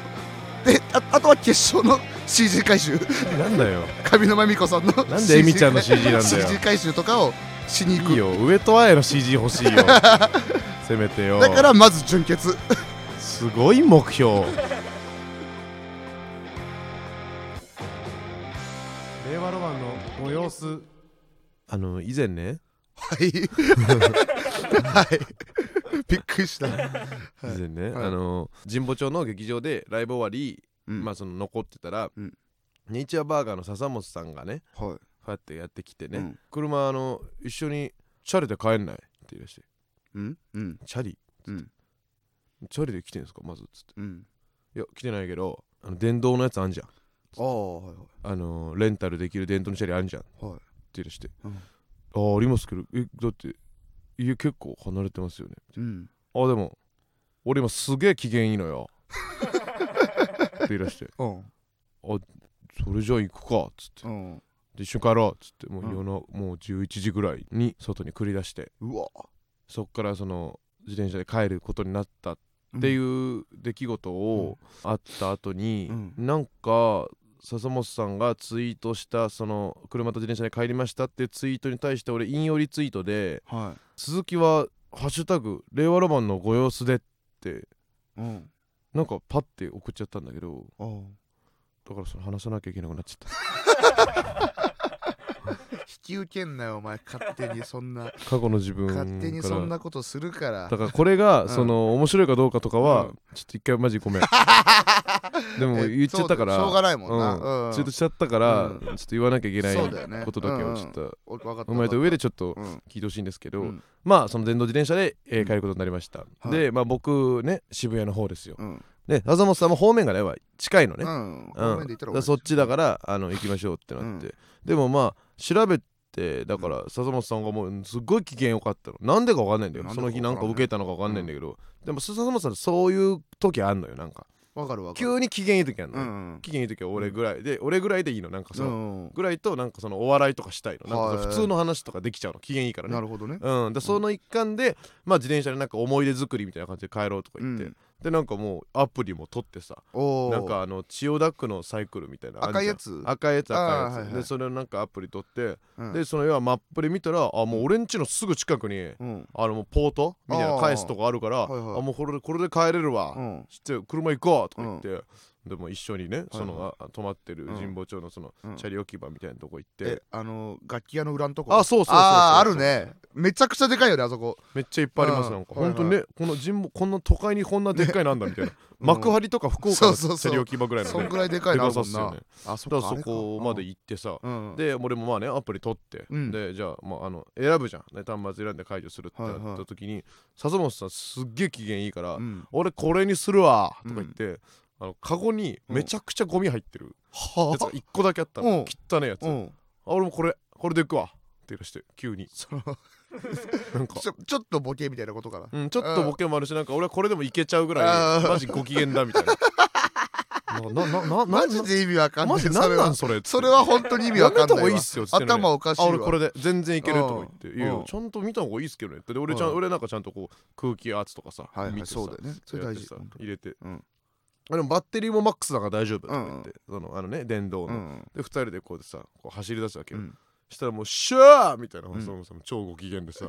Speaker 2: でああとは決勝の CG 回収
Speaker 1: M- なんだよ
Speaker 2: 上沼恵美子さんの
Speaker 1: なんでエミちゃんの CG なんだよ
Speaker 2: CG 回収とかをしに行く
Speaker 1: いいよ上戸彩の CG 欲 しいよせめてよ
Speaker 2: だからまず準決
Speaker 1: すごい目標令和ロマンのご様子あの以前ね
Speaker 2: はい。はい。びっくりした。
Speaker 1: 以
Speaker 2: はい
Speaker 1: 前ね、
Speaker 2: はい
Speaker 1: あの神保町の劇場でライブ終わり、
Speaker 2: うん
Speaker 1: まあその残ってたら、
Speaker 2: うん
Speaker 1: ネイチャーバーガーの笹本さんがね
Speaker 2: はい。
Speaker 1: こうやってやってきてね、
Speaker 2: うん
Speaker 1: 車あの一緒にチャリで帰んないって言い出して
Speaker 2: うんうん
Speaker 1: チャリ
Speaker 2: うん
Speaker 1: チャリで来てんですかまずっつって
Speaker 2: うん。
Speaker 1: いや来てないけどあの電動のやつあんじゃん
Speaker 2: ああ、はい
Speaker 1: あのレンタルできる電動のチャリあんじゃんって
Speaker 2: はい。はい。
Speaker 1: 言い出して、
Speaker 2: うん
Speaker 1: ああありますけどえだって家結構離れてますよね
Speaker 2: うん。
Speaker 1: あでも俺今すげえ機嫌いいの よって言い出して
Speaker 2: うん。
Speaker 1: それじゃあ行くかっつって
Speaker 2: うん。
Speaker 1: で一緒に帰ろうっつってもう
Speaker 2: うん
Speaker 1: 夜の、もう11時ぐらいに外に繰り出して
Speaker 2: うわ。
Speaker 1: そっからその自転車で帰ることになったっていう出来事をあった後に、
Speaker 2: う
Speaker 1: なんか笹本さんがツイートしたその車と自転車で帰りましたっていうツイートに対して俺引用リツイートで
Speaker 2: は
Speaker 1: 鈴木は「ハッシュタグ令和ロマンのご様子で」って
Speaker 2: い。うん。
Speaker 1: なんかパッて送っちゃったんだけど
Speaker 2: ああ。
Speaker 1: だからその話さなきゃいけなくなっちゃっ
Speaker 2: 引き受けんなよ、お前。勝手にそんな、
Speaker 1: た 過去の自分から
Speaker 2: 勝手にそんなことするから
Speaker 1: だ。からこれが、
Speaker 2: うん
Speaker 1: その面白いかどうかとかは、
Speaker 2: うん
Speaker 1: ちょっと一回マジごめん でも言っちゃったから
Speaker 2: えそうだよしょうがないもんな。
Speaker 1: う
Speaker 2: うんん
Speaker 1: ツイートしちゃったから、
Speaker 2: うん
Speaker 1: ちょっと言わなきゃいけない
Speaker 2: そうだよね
Speaker 1: ことだけ
Speaker 2: うん
Speaker 1: は
Speaker 2: うん
Speaker 1: ちょっと
Speaker 2: お分かった。
Speaker 1: 踏まえた上でちょっと
Speaker 2: うん。
Speaker 1: 聞いてほしいんですけど、
Speaker 2: うん
Speaker 1: まあその電動自転車で、えー
Speaker 2: うん
Speaker 1: 帰ることになりました、
Speaker 2: はい
Speaker 1: でまあ僕ね渋谷の方ですよ
Speaker 2: うん。
Speaker 1: で笹本さんも方面からは近いのね、
Speaker 2: う
Speaker 1: うん
Speaker 2: ん。この面で言っ
Speaker 1: だか
Speaker 2: たら
Speaker 1: ら
Speaker 2: 俺
Speaker 1: そっちだからあの行きましょうってなって、でもまあ調べてだから笹本さんがもうすごい機嫌よかったのなんでかわかんないんだよ
Speaker 2: なんで
Speaker 1: そ
Speaker 2: かわ
Speaker 1: の
Speaker 2: か
Speaker 1: 日
Speaker 2: んな
Speaker 1: ないんか受けたのかわかんないんだけど、でも笹本さんそういう時あんのよなんか
Speaker 2: わかるわかる。
Speaker 1: 急に機嫌いい時あんの
Speaker 2: う
Speaker 1: よ、
Speaker 2: ん。
Speaker 1: 機嫌いい時は俺ぐらいで俺ぐらいでいいのなんかその、
Speaker 2: うん
Speaker 1: ぐらいとなんかそのお笑いとかしたいのなんかその
Speaker 2: はい
Speaker 1: 普通の話とかできちゃうの機嫌いいからね
Speaker 2: なるほどね。
Speaker 1: うん、でその一環で、まあ、自転車でなんか思い出作りみたいな感じで帰ろうとか言って、
Speaker 2: うん
Speaker 1: でなんかもうアプリも取ってさ
Speaker 2: おお。
Speaker 1: なんかあの千代田区のサイクルみたいな
Speaker 2: 赤いや
Speaker 1: つ
Speaker 2: つ
Speaker 1: 赤いやつ赤いやつ、
Speaker 2: あーはいはい
Speaker 1: でそれをなんかアプリ取って、
Speaker 2: うん
Speaker 1: でその要はマップで見たらあもう俺んちのすぐ近くに
Speaker 2: うん。
Speaker 1: あのもうポートみたいな
Speaker 2: あー
Speaker 1: 返すとこあるからあ,、
Speaker 2: はいはい
Speaker 1: もうこれでこれで帰れるわ、
Speaker 2: うん。
Speaker 1: 知ってる車行こうとか言って、でも一緒にねその、
Speaker 2: はい
Speaker 1: あ泊まってる神保町のその、
Speaker 2: うん
Speaker 1: チャリ置き場みたいなとこ行って、
Speaker 2: えあの楽器屋の裏のとこ
Speaker 1: あそうそうそうそう
Speaker 2: あーあるねめちゃくちゃでかいよねあそこ
Speaker 1: めっちゃいっぱいあります
Speaker 2: うん
Speaker 1: なんか
Speaker 2: はいは
Speaker 1: 本
Speaker 2: い
Speaker 1: 当にねこの神保こんな都会にこんなでっかいなんだみたいな幕張とか福岡
Speaker 2: そ
Speaker 1: の
Speaker 2: うそうそう
Speaker 1: チャリ置き場ぐらいの
Speaker 2: そ
Speaker 1: ね
Speaker 2: ん
Speaker 1: だか
Speaker 2: ぐらいでかいな
Speaker 1: でかさっ
Speaker 2: そん
Speaker 1: すよ
Speaker 2: な
Speaker 1: ね
Speaker 2: あそ
Speaker 1: ら
Speaker 2: っか
Speaker 1: そこまで行ってさ
Speaker 2: あれかうん
Speaker 1: で俺もまあねアプリ取って
Speaker 2: うん
Speaker 1: でじゃあまああの選ぶじゃんね端末選んで解除するってな
Speaker 2: はい
Speaker 1: っ
Speaker 2: は
Speaker 1: た
Speaker 2: い
Speaker 1: 時に笹本さんすっげえ機嫌いいから
Speaker 2: うん
Speaker 1: 俺これにするわとか言ってあのカゴにめちゃくちゃゴミ入ってる
Speaker 2: は
Speaker 1: やつが1個だけあった
Speaker 2: うん
Speaker 1: の汚ねえやつ
Speaker 2: う
Speaker 1: あ
Speaker 2: ん
Speaker 1: 俺もこれこれでいくわって言い出して急に
Speaker 2: その
Speaker 1: なんか
Speaker 2: ちょちょっとボケみたいなことかな
Speaker 1: うん、ちょっとボケもあるしなんか俺はこれでもいけちゃうぐらいマジご機嫌だみたいななななな
Speaker 2: マジで意味わかんない
Speaker 1: マジ
Speaker 2: そ
Speaker 1: 何
Speaker 2: れ
Speaker 1: な
Speaker 2: は
Speaker 1: んそれ
Speaker 2: それは本当に意味わかん
Speaker 1: やめた方
Speaker 2: な
Speaker 1: がい
Speaker 2: い
Speaker 1: い
Speaker 2: わ
Speaker 1: っすよつってね
Speaker 2: 頭おかしい
Speaker 1: あ
Speaker 2: わ
Speaker 1: 俺これで全然いけるとか言って「
Speaker 2: うん
Speaker 1: いやいや
Speaker 2: うん
Speaker 1: ちゃんと見た方がいいっすけどね」ってで俺ちゃん
Speaker 2: うん
Speaker 1: 俺なんかちゃんとこう空気圧とかさ
Speaker 2: はい、は
Speaker 1: 見
Speaker 2: い、
Speaker 1: てさ
Speaker 2: そうだよねそれ
Speaker 1: やっ
Speaker 2: 大
Speaker 1: て
Speaker 2: 事
Speaker 1: さ
Speaker 2: 本当に
Speaker 1: 入れて
Speaker 2: うん
Speaker 1: あでもバッテリーもマックスだから大丈夫とか言って
Speaker 2: う
Speaker 1: そのあのね電動
Speaker 2: う
Speaker 1: の
Speaker 2: ん
Speaker 1: で二人でこうでさこう走り出すわけ
Speaker 2: う
Speaker 1: よ
Speaker 2: ん
Speaker 1: したらもう「シャー!」みたいな
Speaker 2: うん
Speaker 1: そのその超ご機嫌でさ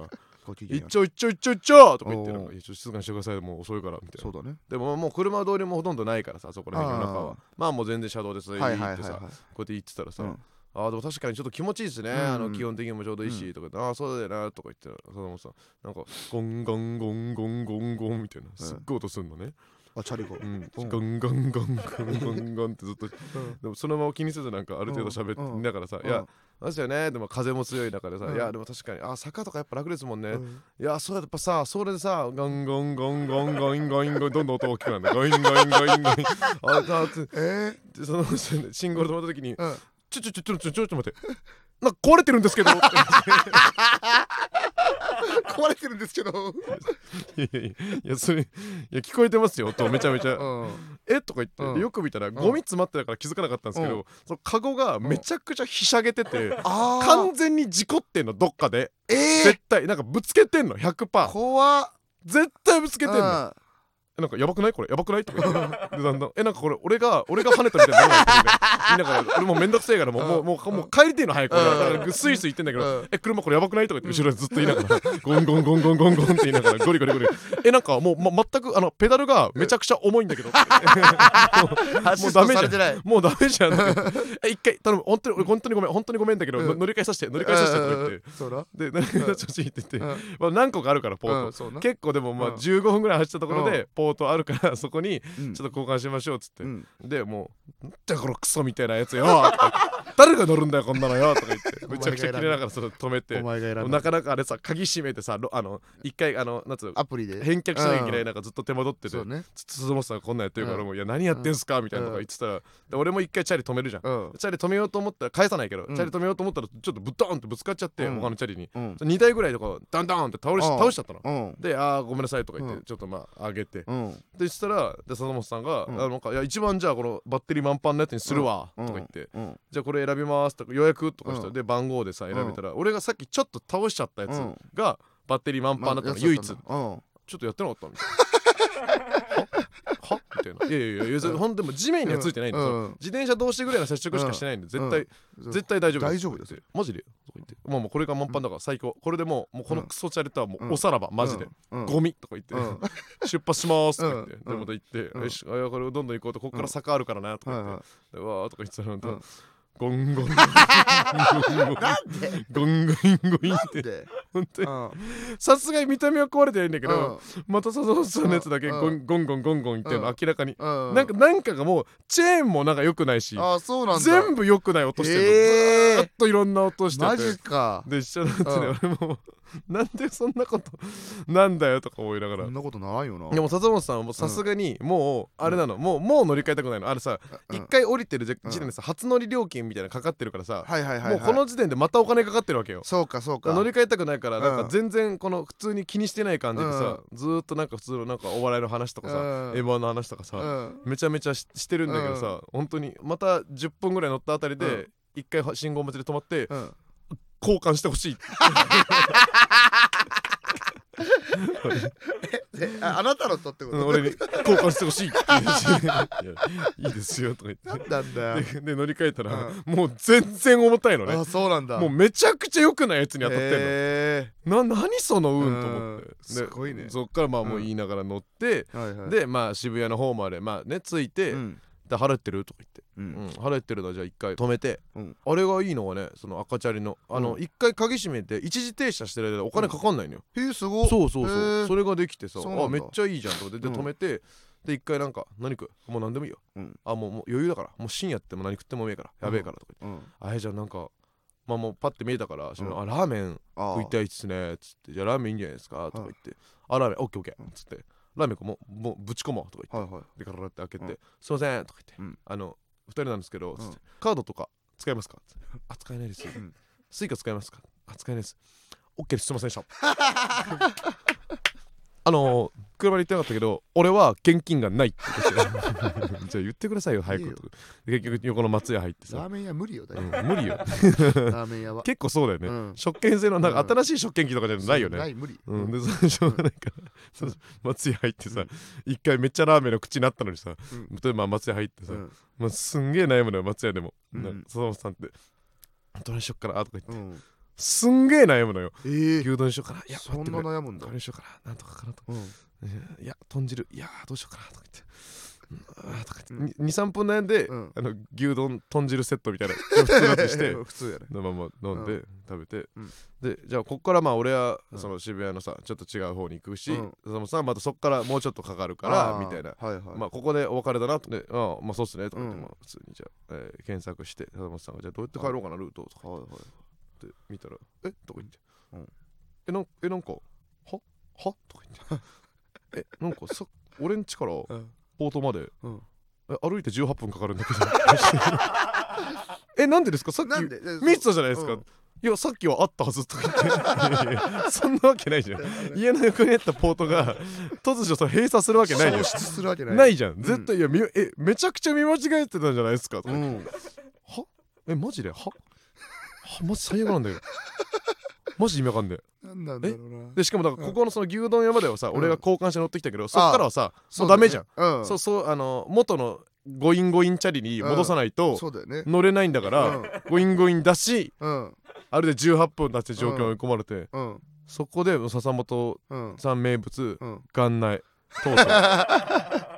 Speaker 2: ご
Speaker 1: 「
Speaker 2: 機
Speaker 1: 一
Speaker 2: 嫌
Speaker 1: 丁一丁一丁一丁!」とか言ってなん
Speaker 2: お
Speaker 1: か「いやちょっと静かにしてくださいもう遅いから」みたい
Speaker 2: そ
Speaker 1: な
Speaker 2: うだね
Speaker 1: でももう車通りもほとんどないからさそこら辺の中
Speaker 2: あ
Speaker 1: は
Speaker 2: ー
Speaker 1: まあもう全然車道でそれ
Speaker 2: はい
Speaker 1: 行っ
Speaker 2: はいはい
Speaker 1: て
Speaker 2: は
Speaker 1: さこう
Speaker 2: い
Speaker 1: やって言ってたらさ、
Speaker 2: うん
Speaker 1: あーでも確かにちょっと気持ちいいですね、
Speaker 2: うん
Speaker 1: あの気温的にもちょうどいいしとか言って、ああそうだよなとか言ってたらそのさなんかゴンゴンゴンゴンゴンゴンみたいなすっごい音すんのね、
Speaker 2: あチャリゴ
Speaker 1: うん
Speaker 2: うん
Speaker 1: ゴンゴンゴンゴンゴンゴンってずっとでもそのまま気にせずなんかある程度喋って、
Speaker 2: うんうん
Speaker 1: だからさ、
Speaker 2: うん
Speaker 1: いやそうですよねでも風も強い中でさ、
Speaker 2: うん
Speaker 1: いやでも確かにあー坂とかやっぱ楽ですもんね、
Speaker 2: うん
Speaker 1: いやそうやっぱさそれでさゴンゴンゴンゴンゴンゴンゴンどんどん音大きくなるんだゴインゴインゴインゴインああつ
Speaker 2: えー
Speaker 1: でその信号で止まった時に
Speaker 2: うん
Speaker 1: ちょちょちょちょちょちょっと待って。なんか壊れてるんですけど。い
Speaker 2: 壊れてるんですけど
Speaker 1: やいやいやそれいや聞こえてますよ音めちゃめち
Speaker 2: う
Speaker 1: ゃ
Speaker 2: ん
Speaker 1: えとか言って、
Speaker 2: うん
Speaker 1: でよく見たらゴミ詰まってたから気づかなかったんですけど、
Speaker 2: う
Speaker 1: そのカゴがめちゃくちゃひしゃげてて、
Speaker 2: あ
Speaker 1: 完全に事故ってんのどっかで
Speaker 2: ええ
Speaker 1: 絶対なんかぶつけてんの100%
Speaker 2: 怖っ
Speaker 1: 絶対ぶつけてんのな
Speaker 2: うん
Speaker 1: んかやばくないこれやばくないとか言ってでだんだんえなんかこれ俺が俺が跳ねたみたいにならないみんなから俺もうめんどくせえからもうもうもうもう帰りてえの早く俺は
Speaker 2: うん
Speaker 1: だからスイスイ言ってんだけど
Speaker 2: うん
Speaker 1: え車これやばくないとか言って後ろでずっと言いながら、ゴンゴンゴンゴンゴンゴンって言いながらゴリゴリゴリえなんかもう、ま、全くあのペダルがめちゃくちゃ重いんだけど
Speaker 2: アシストされてない
Speaker 1: もうダメじゃんえ一回頼む本当に俺本当にごめん本当にごめんだけど、
Speaker 2: うん
Speaker 1: の乗り換えさせて乗り換えさせてとか言って
Speaker 2: うんそうだ
Speaker 1: で乗り換えさせてほしいって言って、
Speaker 2: う
Speaker 1: まあ、何個かあるからポ
Speaker 2: んう
Speaker 1: ー
Speaker 2: ん
Speaker 1: ト、
Speaker 2: そうな
Speaker 1: 結構でもま
Speaker 2: うん
Speaker 1: あ15分ぐらい走ったところ
Speaker 2: う
Speaker 1: でポートあるからそこに
Speaker 2: うん
Speaker 1: ちょっと交換しましょうっつって、
Speaker 2: うん
Speaker 1: でもう「なんだこのクソみたいなやつよ」とか言って 誰が乗るんだよこんなのよ」とか言 ってめちゃくちゃ切れながらそれ止めて
Speaker 2: お前が選んだ
Speaker 1: なかなかあれさ鍵閉めてさろあの一回あのなんつうの
Speaker 2: アプリで
Speaker 1: 返却しなきゃいけないなんかずっと手間取ってて
Speaker 2: そうね
Speaker 1: つつもさんがこんなんやってるか
Speaker 2: う
Speaker 1: ら
Speaker 2: ん
Speaker 1: もう「いや何やってんすか?」みたいなとか言ってたらで俺も一回チャリ止めるじゃん
Speaker 2: うん
Speaker 1: チャリ止めようと思ったら返さないけどチ
Speaker 2: うん
Speaker 1: ャリ止めようと思ったらちょっとぶっドーンってぶつかっちゃって
Speaker 2: う
Speaker 1: 他
Speaker 2: ん
Speaker 1: のチャリに
Speaker 2: うん
Speaker 1: 2台ぐらいとかダンダンって倒れし
Speaker 2: うん
Speaker 1: 倒しちゃったの
Speaker 2: うん
Speaker 1: で「あーごめんなさい」とか言っ
Speaker 2: う
Speaker 1: てちょっとまあ上げて
Speaker 2: うん
Speaker 1: でしたらで笹本さんが「あ
Speaker 2: うん
Speaker 1: なんかいや一番じゃあこのバッテリー満帆なやつにするわ」
Speaker 2: うん
Speaker 1: とか言って
Speaker 2: うん
Speaker 1: じゃあこれ選びますとか予約とかしたら、
Speaker 2: うん
Speaker 1: で番号でさ選べたら、俺がさっきちょっと倒しちゃったや
Speaker 2: うん
Speaker 1: つがバッテリー満帆だったの、
Speaker 2: まあ
Speaker 1: 唯一
Speaker 2: やつ
Speaker 1: ち
Speaker 2: だったんだ
Speaker 1: ょっとやってなかったみたいなははみたいないやいやいやそれほんでも地面にはついてないんですよ、
Speaker 2: うん
Speaker 1: 自転車同士ぐらいの接触しかしてないんで絶対、
Speaker 2: うん
Speaker 1: 絶対大丈夫
Speaker 2: 大丈夫です
Speaker 1: よマジでとか言ってまあもうこれが満帆だから最高これでもうもうこのクソチャレとはもうおさらば、マジで、
Speaker 2: うん
Speaker 1: ゴミとか言って、
Speaker 2: うん
Speaker 1: 出発しますとか言って、
Speaker 2: うん
Speaker 1: でまた行って、
Speaker 2: ん
Speaker 1: よしあいやこれどんどん行こうとこっから坂あるからなとか言って、
Speaker 2: は
Speaker 1: でわーとか言ってたら、
Speaker 2: ん
Speaker 1: ゴンゴン
Speaker 2: なんで
Speaker 1: ゴンゴンゴンゴンゴンって
Speaker 2: で
Speaker 1: 本当に
Speaker 2: うん
Speaker 1: さすがに見た目は壊れてないんだけ
Speaker 2: うん
Speaker 1: ど、また笹本さんのやつだけ
Speaker 2: うん
Speaker 1: ゴンゴンゴンゴンゴン言ってるの
Speaker 2: うん
Speaker 1: 明らかに、
Speaker 2: う
Speaker 1: なんかなんかがもうチェーンもなんか良くないし
Speaker 2: あそうなんだ
Speaker 1: 全部良くない音してるの、
Speaker 2: えー
Speaker 1: ずーっといろんな音して
Speaker 2: マ
Speaker 1: て
Speaker 2: ジか
Speaker 1: で一緒になってね、
Speaker 2: う
Speaker 1: 俺もなんでそんなことなんだよとか思いながら
Speaker 2: そんなことないよな
Speaker 1: でも笹本さんはもうさすがにもうあれなの、もうもう乗り換えたくないのあれさ
Speaker 2: うん
Speaker 1: 一、回降りてる時点でさ、初乗り料金みたいなのかかってるからさ、
Speaker 2: はいはいはい
Speaker 1: も
Speaker 2: は
Speaker 1: う
Speaker 2: い
Speaker 1: この時点でまたお金かかってるわけよ
Speaker 2: そうかそうか
Speaker 1: 乗り換えたくないから
Speaker 2: うん
Speaker 1: なんか全然この普通に気にしてない感じでさ、ずーっとなんか普通のなんかお笑いの話とかさ、
Speaker 2: うん
Speaker 1: M−1 の話とかさ、
Speaker 2: うん
Speaker 1: めちゃめちゃししてるんだけどさ、本当にまた10分ぐらい乗ったあたり
Speaker 2: う
Speaker 1: で
Speaker 2: ん
Speaker 1: 一回は信号待ちで止まって
Speaker 2: うん
Speaker 1: 交換してほしい
Speaker 2: えああなたのとってこ
Speaker 1: うん
Speaker 2: と
Speaker 1: 俺に交換してほしいって言うし いやいいですよとか言っ
Speaker 2: 何なんだ よ
Speaker 1: てでで乗り換えたら、もう全然重たいのね
Speaker 2: あそうなんだ
Speaker 1: もうめちゃくちゃ良くないやつに当たってんの、
Speaker 2: へ
Speaker 1: な何その運と思って
Speaker 2: う
Speaker 1: で
Speaker 2: ん
Speaker 1: す
Speaker 2: ごいね
Speaker 1: そっからまあもう言いながら乗って、
Speaker 2: ーはいはい
Speaker 1: でまあ渋谷の方までまあね着いて、
Speaker 2: うん
Speaker 1: で晴れてるとか
Speaker 2: う
Speaker 1: 言
Speaker 2: ん
Speaker 1: って、うん、晴れてるのじゃあ一回止めて、
Speaker 2: うん
Speaker 1: あれがいいのはねその赤チャリのあの
Speaker 2: う
Speaker 1: 一、回鍵閉めて一時停車してる間でお金かかんないのよ、
Speaker 2: へえすごい
Speaker 1: そうそう
Speaker 2: へ
Speaker 1: そう
Speaker 2: ー
Speaker 1: それができてさ
Speaker 2: そうなんだ
Speaker 1: あめっちゃいいじゃんとかでで
Speaker 2: うん
Speaker 1: 止めて、で一回なんか何食うもう何でもいいよ、
Speaker 2: うん
Speaker 1: あもうもう余裕だからもう深夜っても何食ってもうめえからやべえからとか言って、
Speaker 2: うん
Speaker 1: あれじゃあなんかまあもうパッて見えたから、その
Speaker 2: うん
Speaker 1: あラーメン
Speaker 2: あ
Speaker 1: 食い
Speaker 2: ー
Speaker 1: たいっすねっつってじゃあラーメンいいんじゃないですかとか言ってあラーメンオッケーオッケーっつってラーメンこうもうもうぶち込もうとか言
Speaker 2: は
Speaker 1: っ
Speaker 2: いはい
Speaker 1: てでガラガラって開け
Speaker 2: うん
Speaker 1: てすいませんとか
Speaker 2: う
Speaker 1: 言って
Speaker 2: ん
Speaker 1: あの二人なんですけどつって
Speaker 2: うん
Speaker 1: カードとか使えますかつってあ使えないです
Speaker 2: うん
Speaker 1: スイカ使えますか あ使えないですオッケーですすいませんでしたあのー車で言ってなかったけど俺は現金がないって言って たじゃあ言ってくださいよ早
Speaker 2: いい
Speaker 1: く
Speaker 2: よ
Speaker 1: で結局横の松屋入って
Speaker 2: ラ
Speaker 1: さ、
Speaker 2: ーメン屋無理よだ
Speaker 1: う
Speaker 2: よ、
Speaker 1: ん、無理よ
Speaker 2: ラーメン屋は、
Speaker 1: 結構そうだよね、
Speaker 2: うん
Speaker 1: 食券制のなんか
Speaker 2: うん
Speaker 1: 新しい食券機とかじゃないよね
Speaker 2: ない無理、
Speaker 1: うん、でそれ しょうがないから、そう松屋入ってさ、一回めっちゃラーメンの口になったのにさ、
Speaker 2: うん
Speaker 1: 例えば松屋入ってさ、
Speaker 2: うん
Speaker 1: まあ、すんげえ悩むのよ松屋でも、
Speaker 2: うん
Speaker 1: な佐々木さんって「どれにしよっかな」とか言って、
Speaker 2: うん、
Speaker 1: すんげえ悩むのよ
Speaker 2: えー、
Speaker 1: 牛丼にしようかないや
Speaker 2: そん
Speaker 1: 待って
Speaker 2: な
Speaker 1: これ
Speaker 2: 悩むんだ
Speaker 1: これにしようかななんとかかなとか
Speaker 2: うん
Speaker 1: いや豚汁いやーどうしようかなとか言って、うん、あーとか
Speaker 2: うん
Speaker 1: 言って23分悩んで、
Speaker 2: うん
Speaker 1: あの牛丼豚汁セットみたいな 普通だとして
Speaker 2: 普通やね
Speaker 1: のまま飲んで、食べて、
Speaker 2: うん
Speaker 1: でじゃあこっからまあ俺は
Speaker 2: うん
Speaker 1: その渋谷のさちょっと違う方に行くし、
Speaker 2: うん
Speaker 1: そのさまたそっからもうちょっとかかるから
Speaker 2: あー
Speaker 1: みたいな
Speaker 2: はいはい、
Speaker 1: まあここでお別れだなとでああまあそうっすねとか言って、
Speaker 2: うん
Speaker 1: まあ普通にじゃあ、えー検索して貞本さんがじゃあどうやって帰ろうかなルートとか
Speaker 2: はいはい
Speaker 1: って見たらえとか言って、
Speaker 2: うん
Speaker 1: えなんえなんかははとか言ってえなんかさ俺ん家から
Speaker 2: うん
Speaker 1: ポートまで、
Speaker 2: うん
Speaker 1: え歩いて18分かかるんだけど えなんでですかさっき
Speaker 2: なんで
Speaker 1: 見てたじゃないですか、
Speaker 2: うん
Speaker 1: いやさっきはあったはずとか言っていやいや そんなわけないじゃん家の横にあったポートが突如さ閉鎖するわけないじゃん
Speaker 2: 消失するわけない
Speaker 1: ないじゃん絶対、いやみえめちゃくちゃ見間違えてたんじゃないですか、と
Speaker 2: う
Speaker 1: か
Speaker 2: ん
Speaker 1: はえマジでははマジ最悪なんだ よマジ意味わかんねえ
Speaker 2: なんなんだろうな
Speaker 1: でしかもだからここのその牛丼屋まではさ、
Speaker 2: うん
Speaker 1: 俺が交換して乗ってきたけどそっからはさもうダメじゃん
Speaker 2: そうだよねうん
Speaker 1: そうそうあの元のゴインゴインチャリに戻さないと
Speaker 2: そうだよね
Speaker 1: 乗れないんだから、ゴインゴインだし
Speaker 2: うん
Speaker 1: あれで18分経って状況に追い込まれて、
Speaker 2: うん
Speaker 1: そこで笹本
Speaker 2: うん
Speaker 1: さん名物
Speaker 2: うん
Speaker 1: 元 内とうとう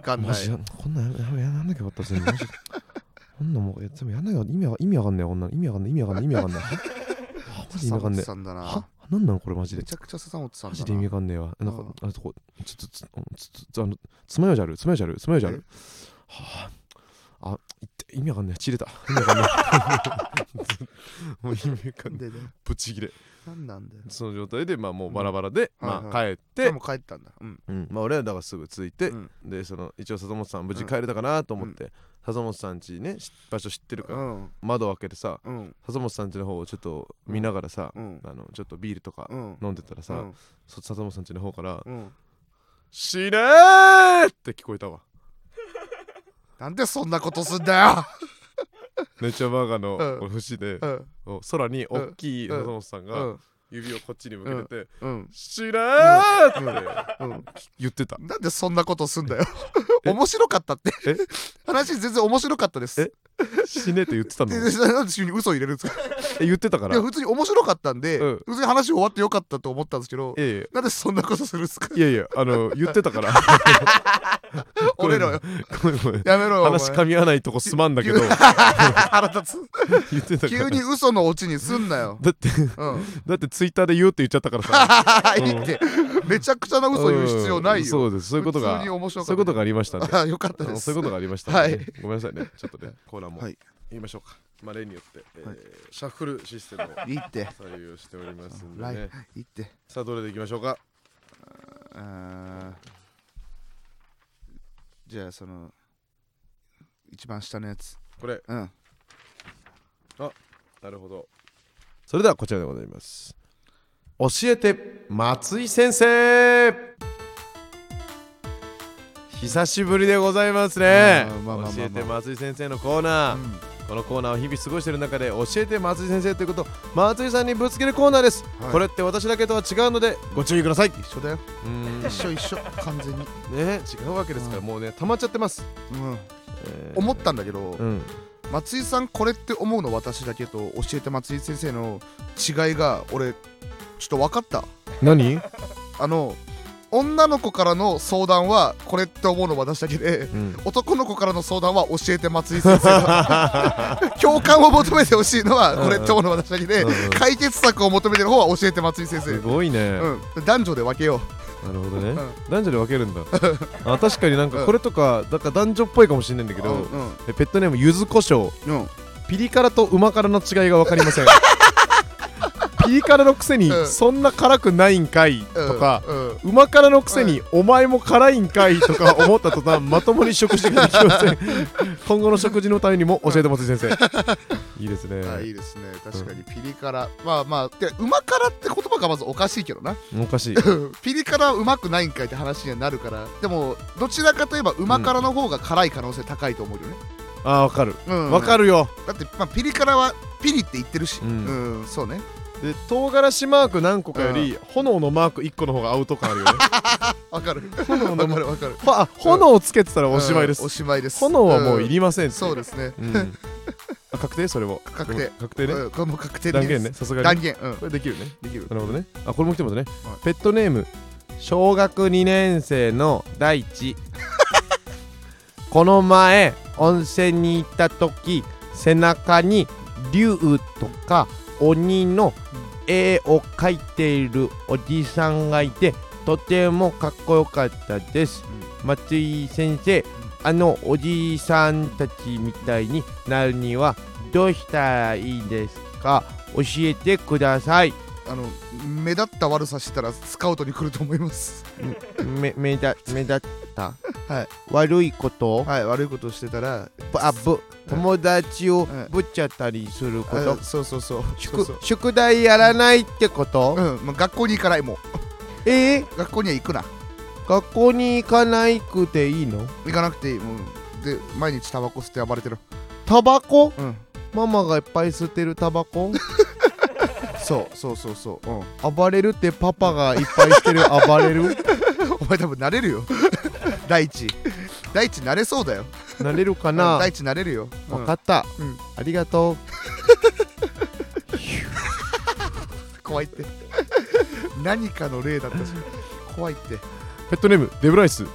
Speaker 2: ガン
Speaker 1: マ
Speaker 2: ナ
Speaker 1: ジ
Speaker 2: イ
Speaker 1: やこんなんやややらなきゃよかったっすね。マジこんなんもうやってもやんなきゃ意味わ意味わかんないこんなの意味わかんない意味わかんない意味わかんない。あマジ意味わかんない。
Speaker 2: さんだ
Speaker 1: はな
Speaker 2: な
Speaker 1: んなんこれマジ
Speaker 2: め
Speaker 1: で
Speaker 2: ち。ゃくちゃ笹本さ
Speaker 1: マ
Speaker 2: んだ
Speaker 1: ジ
Speaker 2: な
Speaker 1: で意味わかんねえわ。なんか
Speaker 2: うん
Speaker 1: あのとこちょっとつつつつあの爪楊枝ある爪楊枝ある爪楊枝ある。はああいって意味わかんねえちれた。意味わかんねえ。 もう意味わかんねえ。
Speaker 2: でね
Speaker 1: ぶち切れ。
Speaker 2: なんなんだよ
Speaker 1: その状態でまあもうバラバラで、
Speaker 2: うん
Speaker 1: まあ
Speaker 2: は
Speaker 1: 帰って、
Speaker 2: でも帰ったんだうん
Speaker 1: うんまあ、俺はだからすぐ着いて、
Speaker 2: うん
Speaker 1: でその一応笹本さん無事帰れたかなと思って、笹本さん家ねし場所知ってる
Speaker 2: う
Speaker 1: から、
Speaker 2: ん
Speaker 1: 窓を開けてさ
Speaker 2: うん
Speaker 1: 笹本さん家の方をちょっと見ながらさ、
Speaker 2: うん
Speaker 1: あのちょっとビールとか
Speaker 2: うん
Speaker 1: 飲んでたらさ、
Speaker 2: うん
Speaker 1: そ笹本さん家の方から
Speaker 2: うん
Speaker 1: 「死ねー!」って聞こえたわ
Speaker 2: なんでそんなことすんだ
Speaker 1: ネイチャーバーガー
Speaker 2: うん
Speaker 1: の節で、
Speaker 2: ようん
Speaker 1: お空に大きい
Speaker 2: うん
Speaker 1: 笹本さん
Speaker 2: う
Speaker 1: が
Speaker 2: ん
Speaker 1: 指をこっちに向けてて「
Speaker 2: うん
Speaker 1: 死ねー!」って
Speaker 2: うん
Speaker 1: 言ってた
Speaker 2: なんでそんなことすんだよ
Speaker 1: え
Speaker 2: 面白かったって
Speaker 1: え
Speaker 2: 話全然面白かったです
Speaker 1: え「死ね」って言ってたの
Speaker 2: でなんで急に嘘入れるんですか
Speaker 1: え言ってたか
Speaker 2: い
Speaker 1: ら
Speaker 2: や普通に面白かったんで、
Speaker 1: うん
Speaker 2: 普通に話終わってよかったと思ったんですけど、
Speaker 1: いやいや
Speaker 2: なんでそんなことするんですか
Speaker 1: いやいやあの言ってた からごめ
Speaker 2: 俺
Speaker 1: ん
Speaker 2: らよ
Speaker 1: ごめんごめん
Speaker 2: やめろよお前
Speaker 1: 話噛み合わないとこすまんだけど
Speaker 2: 腹立
Speaker 1: 言ってた
Speaker 2: つ
Speaker 1: か
Speaker 2: 急
Speaker 1: ら
Speaker 2: に嘘のオチにすんなよ、
Speaker 1: だって
Speaker 2: うん、
Speaker 1: だってツイッターで言うって言っちゃったからさ
Speaker 2: いいってめちゃくちゃな嘘言う必要な
Speaker 1: う
Speaker 2: い
Speaker 1: ん
Speaker 2: よ、
Speaker 1: そうですそういうこと
Speaker 2: 普
Speaker 1: が
Speaker 2: 通に
Speaker 1: そう
Speaker 2: 面
Speaker 1: い
Speaker 2: 白
Speaker 1: う
Speaker 2: か
Speaker 1: こ
Speaker 2: っ
Speaker 1: とがありま したね
Speaker 2: たあよかった
Speaker 1: うん
Speaker 2: で
Speaker 1: そう
Speaker 2: す
Speaker 1: いうことがありました
Speaker 2: はい
Speaker 1: ねごめんなさいねちょっとねコーナーも
Speaker 2: はい
Speaker 1: 言いましょうかまあ例によってえー
Speaker 2: はい
Speaker 1: シャッフルシステムを
Speaker 2: いいって
Speaker 1: 採用しておりますんで
Speaker 2: ライ
Speaker 1: ね
Speaker 2: いいって
Speaker 1: さあどれでいきましょうか
Speaker 2: うーんじゃあその一番下のやつ
Speaker 1: これ
Speaker 2: うん
Speaker 1: なるほどそれではこちらでございます教えて松井先生久しぶりでございますね
Speaker 2: あーまあまあまあまあ
Speaker 1: 教えて松井先生のコーナー、
Speaker 2: うん
Speaker 1: このコーナーを日々過ごしている中で教えて松井先生ということを松井さんにぶつけるコーナーです、
Speaker 2: はい
Speaker 1: これって私だけとは違うのでご注意くださいう
Speaker 2: 一緒だよ
Speaker 1: ー んね
Speaker 2: 一緒一緒完全に、
Speaker 1: 違うわけですから、もうね溜まっちゃってます、
Speaker 2: うん、
Speaker 1: えー
Speaker 2: 思ったんだけど、
Speaker 1: うん
Speaker 2: 松井さんこれって思うの私だけと教えて松井先生の違いが俺ちょっと分かった
Speaker 1: 何、
Speaker 2: あの女の子からの相談はこれって思うの私だけで
Speaker 1: うん、
Speaker 2: 男の子からの相談は教えて松井先生だ 共感を求めてほしいのはこれって思うの私だけで
Speaker 1: うんうん
Speaker 2: 解決策を求めてる方は教えて松井先
Speaker 1: す
Speaker 2: 生
Speaker 1: ごいね、
Speaker 2: うん、男女で分けよ
Speaker 1: なるほどね、
Speaker 2: ん
Speaker 1: 男女で分けるんだ あ確かになん
Speaker 2: う
Speaker 1: か
Speaker 2: ん
Speaker 1: これとかなんか男女っぽいかもしれないんだ
Speaker 2: う。
Speaker 1: けど、
Speaker 2: うんうん
Speaker 1: えペットネームゆずこしょう
Speaker 2: うん、
Speaker 1: ピリ辛とうま辛の違いが分かりませんピリ辛のくせに
Speaker 2: うん
Speaker 1: そんな辛くないんかいとか、
Speaker 2: うんうん
Speaker 1: うま辛のくせにお前も辛いんかいとか思った途 端まともに食事ができません今後の食事のためにも教えてます先生いいですね、
Speaker 2: あいいですね確かにピリ辛、まあまあで馬辛って言葉がまずおかしいけどな
Speaker 1: おかしい
Speaker 2: ピリ辛はうまくないんかいって話にはなるからでもどちらかといえば馬辛の方が辛い可能性高いと思うよね
Speaker 1: あーわかる
Speaker 2: うん
Speaker 1: わかるよ
Speaker 2: だって、まあ、ピリ辛はピリって言ってるし
Speaker 1: う
Speaker 2: うんん、そうね
Speaker 1: で唐辛子マーク何個かより炎のマーク1個の方がアウト感あるよね
Speaker 2: わかる
Speaker 1: 炎
Speaker 2: わ
Speaker 1: の
Speaker 2: か
Speaker 1: マーク
Speaker 2: るわかる
Speaker 1: ほあ炎をつけてたらおしまいで
Speaker 2: うん
Speaker 1: す
Speaker 2: おしまいです
Speaker 1: 炎はもういりません
Speaker 2: うんそうですね、
Speaker 1: うんあ確定それも
Speaker 2: 確定
Speaker 1: 確定ね
Speaker 2: うんこれもう確定で
Speaker 1: 断
Speaker 2: す
Speaker 1: 言ねさすがに
Speaker 2: 断言うん
Speaker 1: これできるね
Speaker 2: できる
Speaker 1: なるほどねあこれも来てますね
Speaker 2: はい
Speaker 1: ペットネーム小学2年生の大地 この前温泉に行った時背中に竜とか鬼の絵を描いているおじさんがいてとてもかっこよかったです、松井先生あのおじさんたちみたいになるにはどうしたらいいですか教えてください
Speaker 2: あの目立った悪さしたらスカウトに来ると思います
Speaker 1: め目だ目立った、
Speaker 2: はい、
Speaker 1: 悪いこと、
Speaker 2: はい悪いことをしてたら
Speaker 1: ぶあぶ友達を
Speaker 2: はい
Speaker 1: ぶっちゃったりすること、
Speaker 2: あそうそうそうそう
Speaker 1: 宿
Speaker 2: そう
Speaker 1: 宿題やらないってこと、
Speaker 2: うん、まあ、学校に行かないもう
Speaker 1: えー、
Speaker 2: 学校には行くな
Speaker 1: 学校に行かないくていいの
Speaker 2: 行かなくていいもうで毎日タバコ吸って暴れてる
Speaker 1: タバコ
Speaker 2: うん
Speaker 1: ママがいっぱい吸ってるタバ コ
Speaker 2: そうそうそうそううん
Speaker 1: 暴れるってパパがいっぱいしてる暴れる
Speaker 2: お前多分慣れるよ 大地大地慣れそうだよ
Speaker 1: なれるか
Speaker 2: うん
Speaker 1: な
Speaker 2: 大地慣れるよ
Speaker 1: 分かった、
Speaker 2: うん
Speaker 1: ありがと
Speaker 2: うん怖いって 何かの例だったし怖いって
Speaker 1: うペットネームデブライス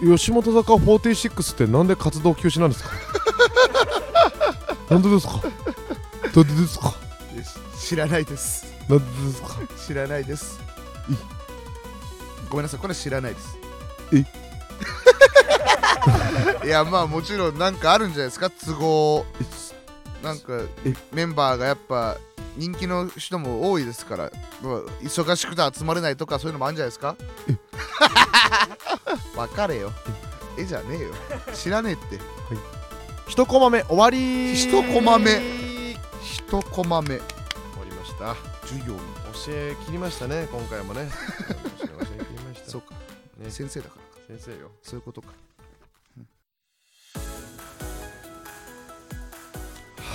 Speaker 1: 吉本坂46ってなんで活動休止なんです か本当ですか本当ですか
Speaker 2: うんよし知らないです
Speaker 1: なんでですか
Speaker 2: 知らないですごめんなさいこれは知らないですえ いやまあもちろんなんかあるんじゃないですか都合なんか
Speaker 1: え
Speaker 2: メンバーがやっぱ人気の人も多いですからまあ忙しくて集まれないとかそういうのもあるんじゃないですか わかれよえじゃねえよ知らねえって
Speaker 1: 一コマ目終わり
Speaker 2: 一コマ目
Speaker 1: 終
Speaker 2: 一コマ目
Speaker 1: わりました
Speaker 2: 授業
Speaker 1: 教え切りましたね今回も ね教え切りました
Speaker 2: そうか
Speaker 1: ね先
Speaker 2: 先生だから
Speaker 1: 生よ
Speaker 2: そういうことか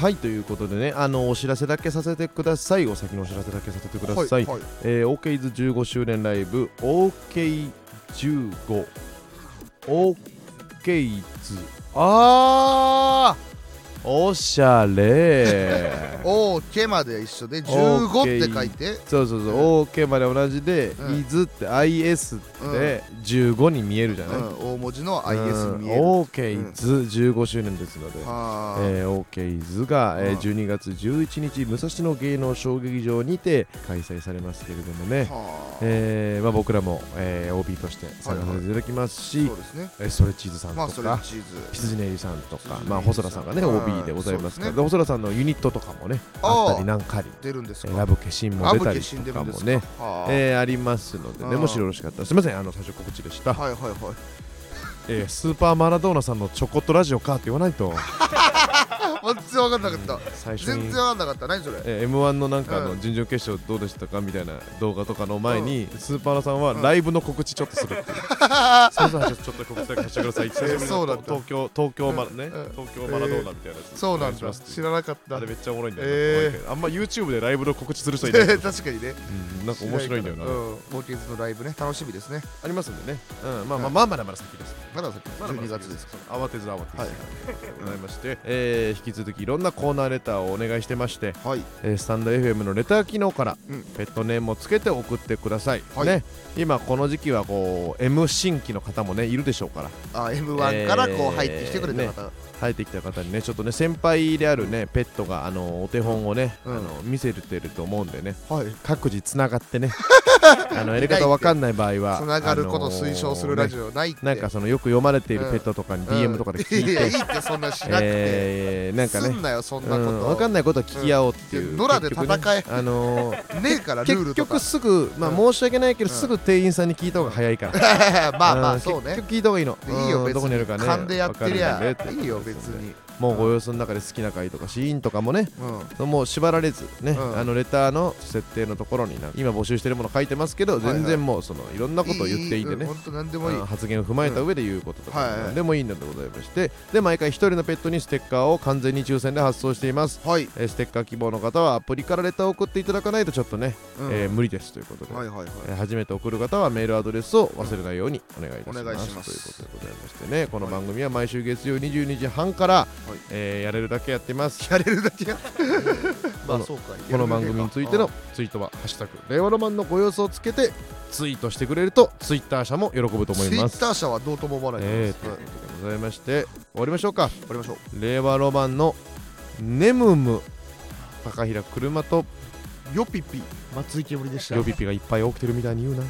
Speaker 1: はいということでねあのお知らせだけさせてくださいお先のお知らせだけさせてください、
Speaker 2: はいはい
Speaker 1: えー、OKIS15 周年ライブ OK15OKIS あーおしゃ れ
Speaker 2: おーけまで一緒で15って書いて
Speaker 1: そうそうそう、OK まで同じで、
Speaker 2: うん
Speaker 1: IS って IS って15に見えるじゃ
Speaker 2: う
Speaker 1: ない、うん
Speaker 2: ん、大文字の IS に見える。
Speaker 1: OKIS15 周年ですので、
Speaker 2: はあ
Speaker 1: えー、OKIS が、えー
Speaker 2: うん
Speaker 1: 12月11日武蔵野芸能小劇場にて開催されますけれどもね、
Speaker 2: はあ
Speaker 1: えーまあ、僕らも、えー、OB として参加させていただきますし、
Speaker 2: そうですね。
Speaker 1: えーストレッチーズさん
Speaker 2: まあ、
Speaker 1: と
Speaker 2: そ
Speaker 1: か、
Speaker 2: れチーズ。
Speaker 1: 羊ねゆりさんとか
Speaker 2: 羊ねゆりさ、ん
Speaker 1: まあ、細田さんがね
Speaker 2: はい
Speaker 1: OB でございますから
Speaker 2: そうですね
Speaker 1: で細田さんのユニットとかもね
Speaker 2: あ
Speaker 1: あ
Speaker 2: ー
Speaker 1: ったりなんかあり、
Speaker 2: 出るんです
Speaker 1: え
Speaker 2: か
Speaker 1: ーラブ化身も
Speaker 2: ラ
Speaker 1: 出
Speaker 2: ブ
Speaker 1: た
Speaker 2: 消
Speaker 1: り
Speaker 2: し
Speaker 1: と
Speaker 2: んでる
Speaker 1: か
Speaker 2: んで
Speaker 1: も
Speaker 2: す
Speaker 1: ね
Speaker 2: か。はあ
Speaker 1: えーありますので
Speaker 2: あ
Speaker 1: ね
Speaker 2: ー
Speaker 1: もしよろしかったらすみませんあの最初告知でした、
Speaker 2: はいはいはい。
Speaker 1: えースーパーマラドーナさんの「チョコっとラジオか」って言わないと
Speaker 2: あ全然わかんなかった。
Speaker 1: 最初
Speaker 2: 全
Speaker 1: に
Speaker 2: 然。わかんなかった。何それ
Speaker 1: えー M1 のなんかあの
Speaker 2: うん
Speaker 1: 準々決勝どうでしたかみたいな動画とかの前にスーパーラさんはライブの告知ちょっとするっていうすいませんちょっとちょっと告知だけさせてください久しぶりの
Speaker 2: えーそうだった
Speaker 1: 東京東京マラね
Speaker 2: うん
Speaker 1: 東京マラドーナみたいなやつ
Speaker 2: そうな
Speaker 1: お願い
Speaker 2: ん
Speaker 1: しま
Speaker 2: だ。
Speaker 1: すっていう
Speaker 2: 知らなかった。
Speaker 1: あれめっちゃおもろいんだよ、
Speaker 2: え
Speaker 1: あんま YouTube でライブの告知する人いない、
Speaker 2: 確かにね。
Speaker 1: うんなんか面白いんだよな、
Speaker 2: うん。冒険図のライブね。楽しみですね。
Speaker 1: ありますんでね、うん、まあまあ
Speaker 2: はい
Speaker 1: まあまだまだ先です
Speaker 2: まだ先
Speaker 1: まだま
Speaker 2: 12
Speaker 1: だ
Speaker 2: 月
Speaker 1: 先
Speaker 2: ですか
Speaker 1: そう慌てず慌てず、
Speaker 2: はい
Speaker 1: ございまして、えー引き続きいろんなコーナーレターをお願いしてまして、
Speaker 2: ら。はい。
Speaker 1: えースタンド FM のレター機能から
Speaker 2: うん
Speaker 1: ペットネームをつけて送ってください、
Speaker 2: はい
Speaker 1: ね、今この時期はこう M 新規の方もねいるでしょうから
Speaker 2: あ、M1 からこ
Speaker 1: えー
Speaker 2: う入ってきてくれた方。
Speaker 1: 入ってきた方にねちょっとね先輩であるねペットがあのお手本をね、
Speaker 2: うん
Speaker 1: あの見せてると思うんでね
Speaker 2: はい。
Speaker 1: 各自つなが ってねあのやり方わかんない場合は
Speaker 2: つながることを推奨するラジ
Speaker 1: オ、
Speaker 2: オないって。
Speaker 1: あのーねなんかそのよく読まれている
Speaker 2: うん
Speaker 1: ペットとかに
Speaker 2: うん
Speaker 1: DM とかで聞い
Speaker 2: いやい
Speaker 1: て、
Speaker 2: いってそんなしなくて、
Speaker 1: えーなんか
Speaker 2: す
Speaker 1: ね
Speaker 2: んなよそん
Speaker 1: う
Speaker 2: なこと、
Speaker 1: ん、分かんないことは聞き合おうっていうう、
Speaker 2: ん野良で
Speaker 1: 結局ね
Speaker 2: 戦え
Speaker 1: あのー
Speaker 2: ねえからルー
Speaker 1: 結
Speaker 2: ルとか
Speaker 1: 局すぐ、まあ、申し訳ないけど、
Speaker 2: うん
Speaker 1: すぐ店員さんに聞いた方が早いから、
Speaker 2: まあま
Speaker 1: う
Speaker 2: あ
Speaker 1: ん
Speaker 2: そうね
Speaker 1: 結局聞いた方がいいの
Speaker 2: いいよ
Speaker 1: うん
Speaker 2: 別
Speaker 1: どこにあ
Speaker 2: に
Speaker 1: るかね
Speaker 2: 勘でやってりゃ
Speaker 1: わかるんだねって
Speaker 2: いいよ別に
Speaker 1: もうご様子の中で好きな回とかシーンとかもね
Speaker 2: うん
Speaker 1: もう縛られずね、
Speaker 2: うん
Speaker 1: あのレターの設定のところにな今募集してるもの書いてますけど、
Speaker 2: はいはい
Speaker 1: 全然もうそのいろんなことを言っていいんでね
Speaker 2: 本当何でもいい
Speaker 1: あの発言を踏まえた上で言うこととか、
Speaker 2: うんはいはい
Speaker 1: 何でもいいのでございましてで毎回一人のペットにステッカーを完全に抽選で発送しています
Speaker 2: はい、
Speaker 1: えーステッカー希望の方はアプリからレターを送っていただかないとちょっとね、
Speaker 2: うん
Speaker 1: えー無理ですということで、
Speaker 2: はいはいはい
Speaker 1: えー初めて送る方はメールアドレスを忘れないようにお願いいたします,、
Speaker 2: お願いします
Speaker 1: ということでございましてねこの番組は毎週月曜22時半から、
Speaker 2: い
Speaker 1: えーやれるだけやってます
Speaker 2: やれるだけや
Speaker 1: こ
Speaker 2: まあ
Speaker 1: の
Speaker 2: そうか
Speaker 1: この番組についてのツイートは「ハッシュタグ令和ロマン」のご様子をつけてツイートしてくれるとツイッター社も喜ぶと思い
Speaker 2: ツイ
Speaker 1: ま
Speaker 2: ッ
Speaker 1: す
Speaker 2: ター社はどうとも思わないと思い
Speaker 1: え
Speaker 2: ま
Speaker 1: ー
Speaker 2: す
Speaker 1: という
Speaker 2: は
Speaker 1: こ
Speaker 2: い
Speaker 1: とでございまして終わりましょうか
Speaker 2: 終わりましょう
Speaker 1: 令和ロマンのネムム高平車と
Speaker 2: よぴぴ松井けむりでした
Speaker 1: 予備ピがいっぱい起きてるみたいに言うな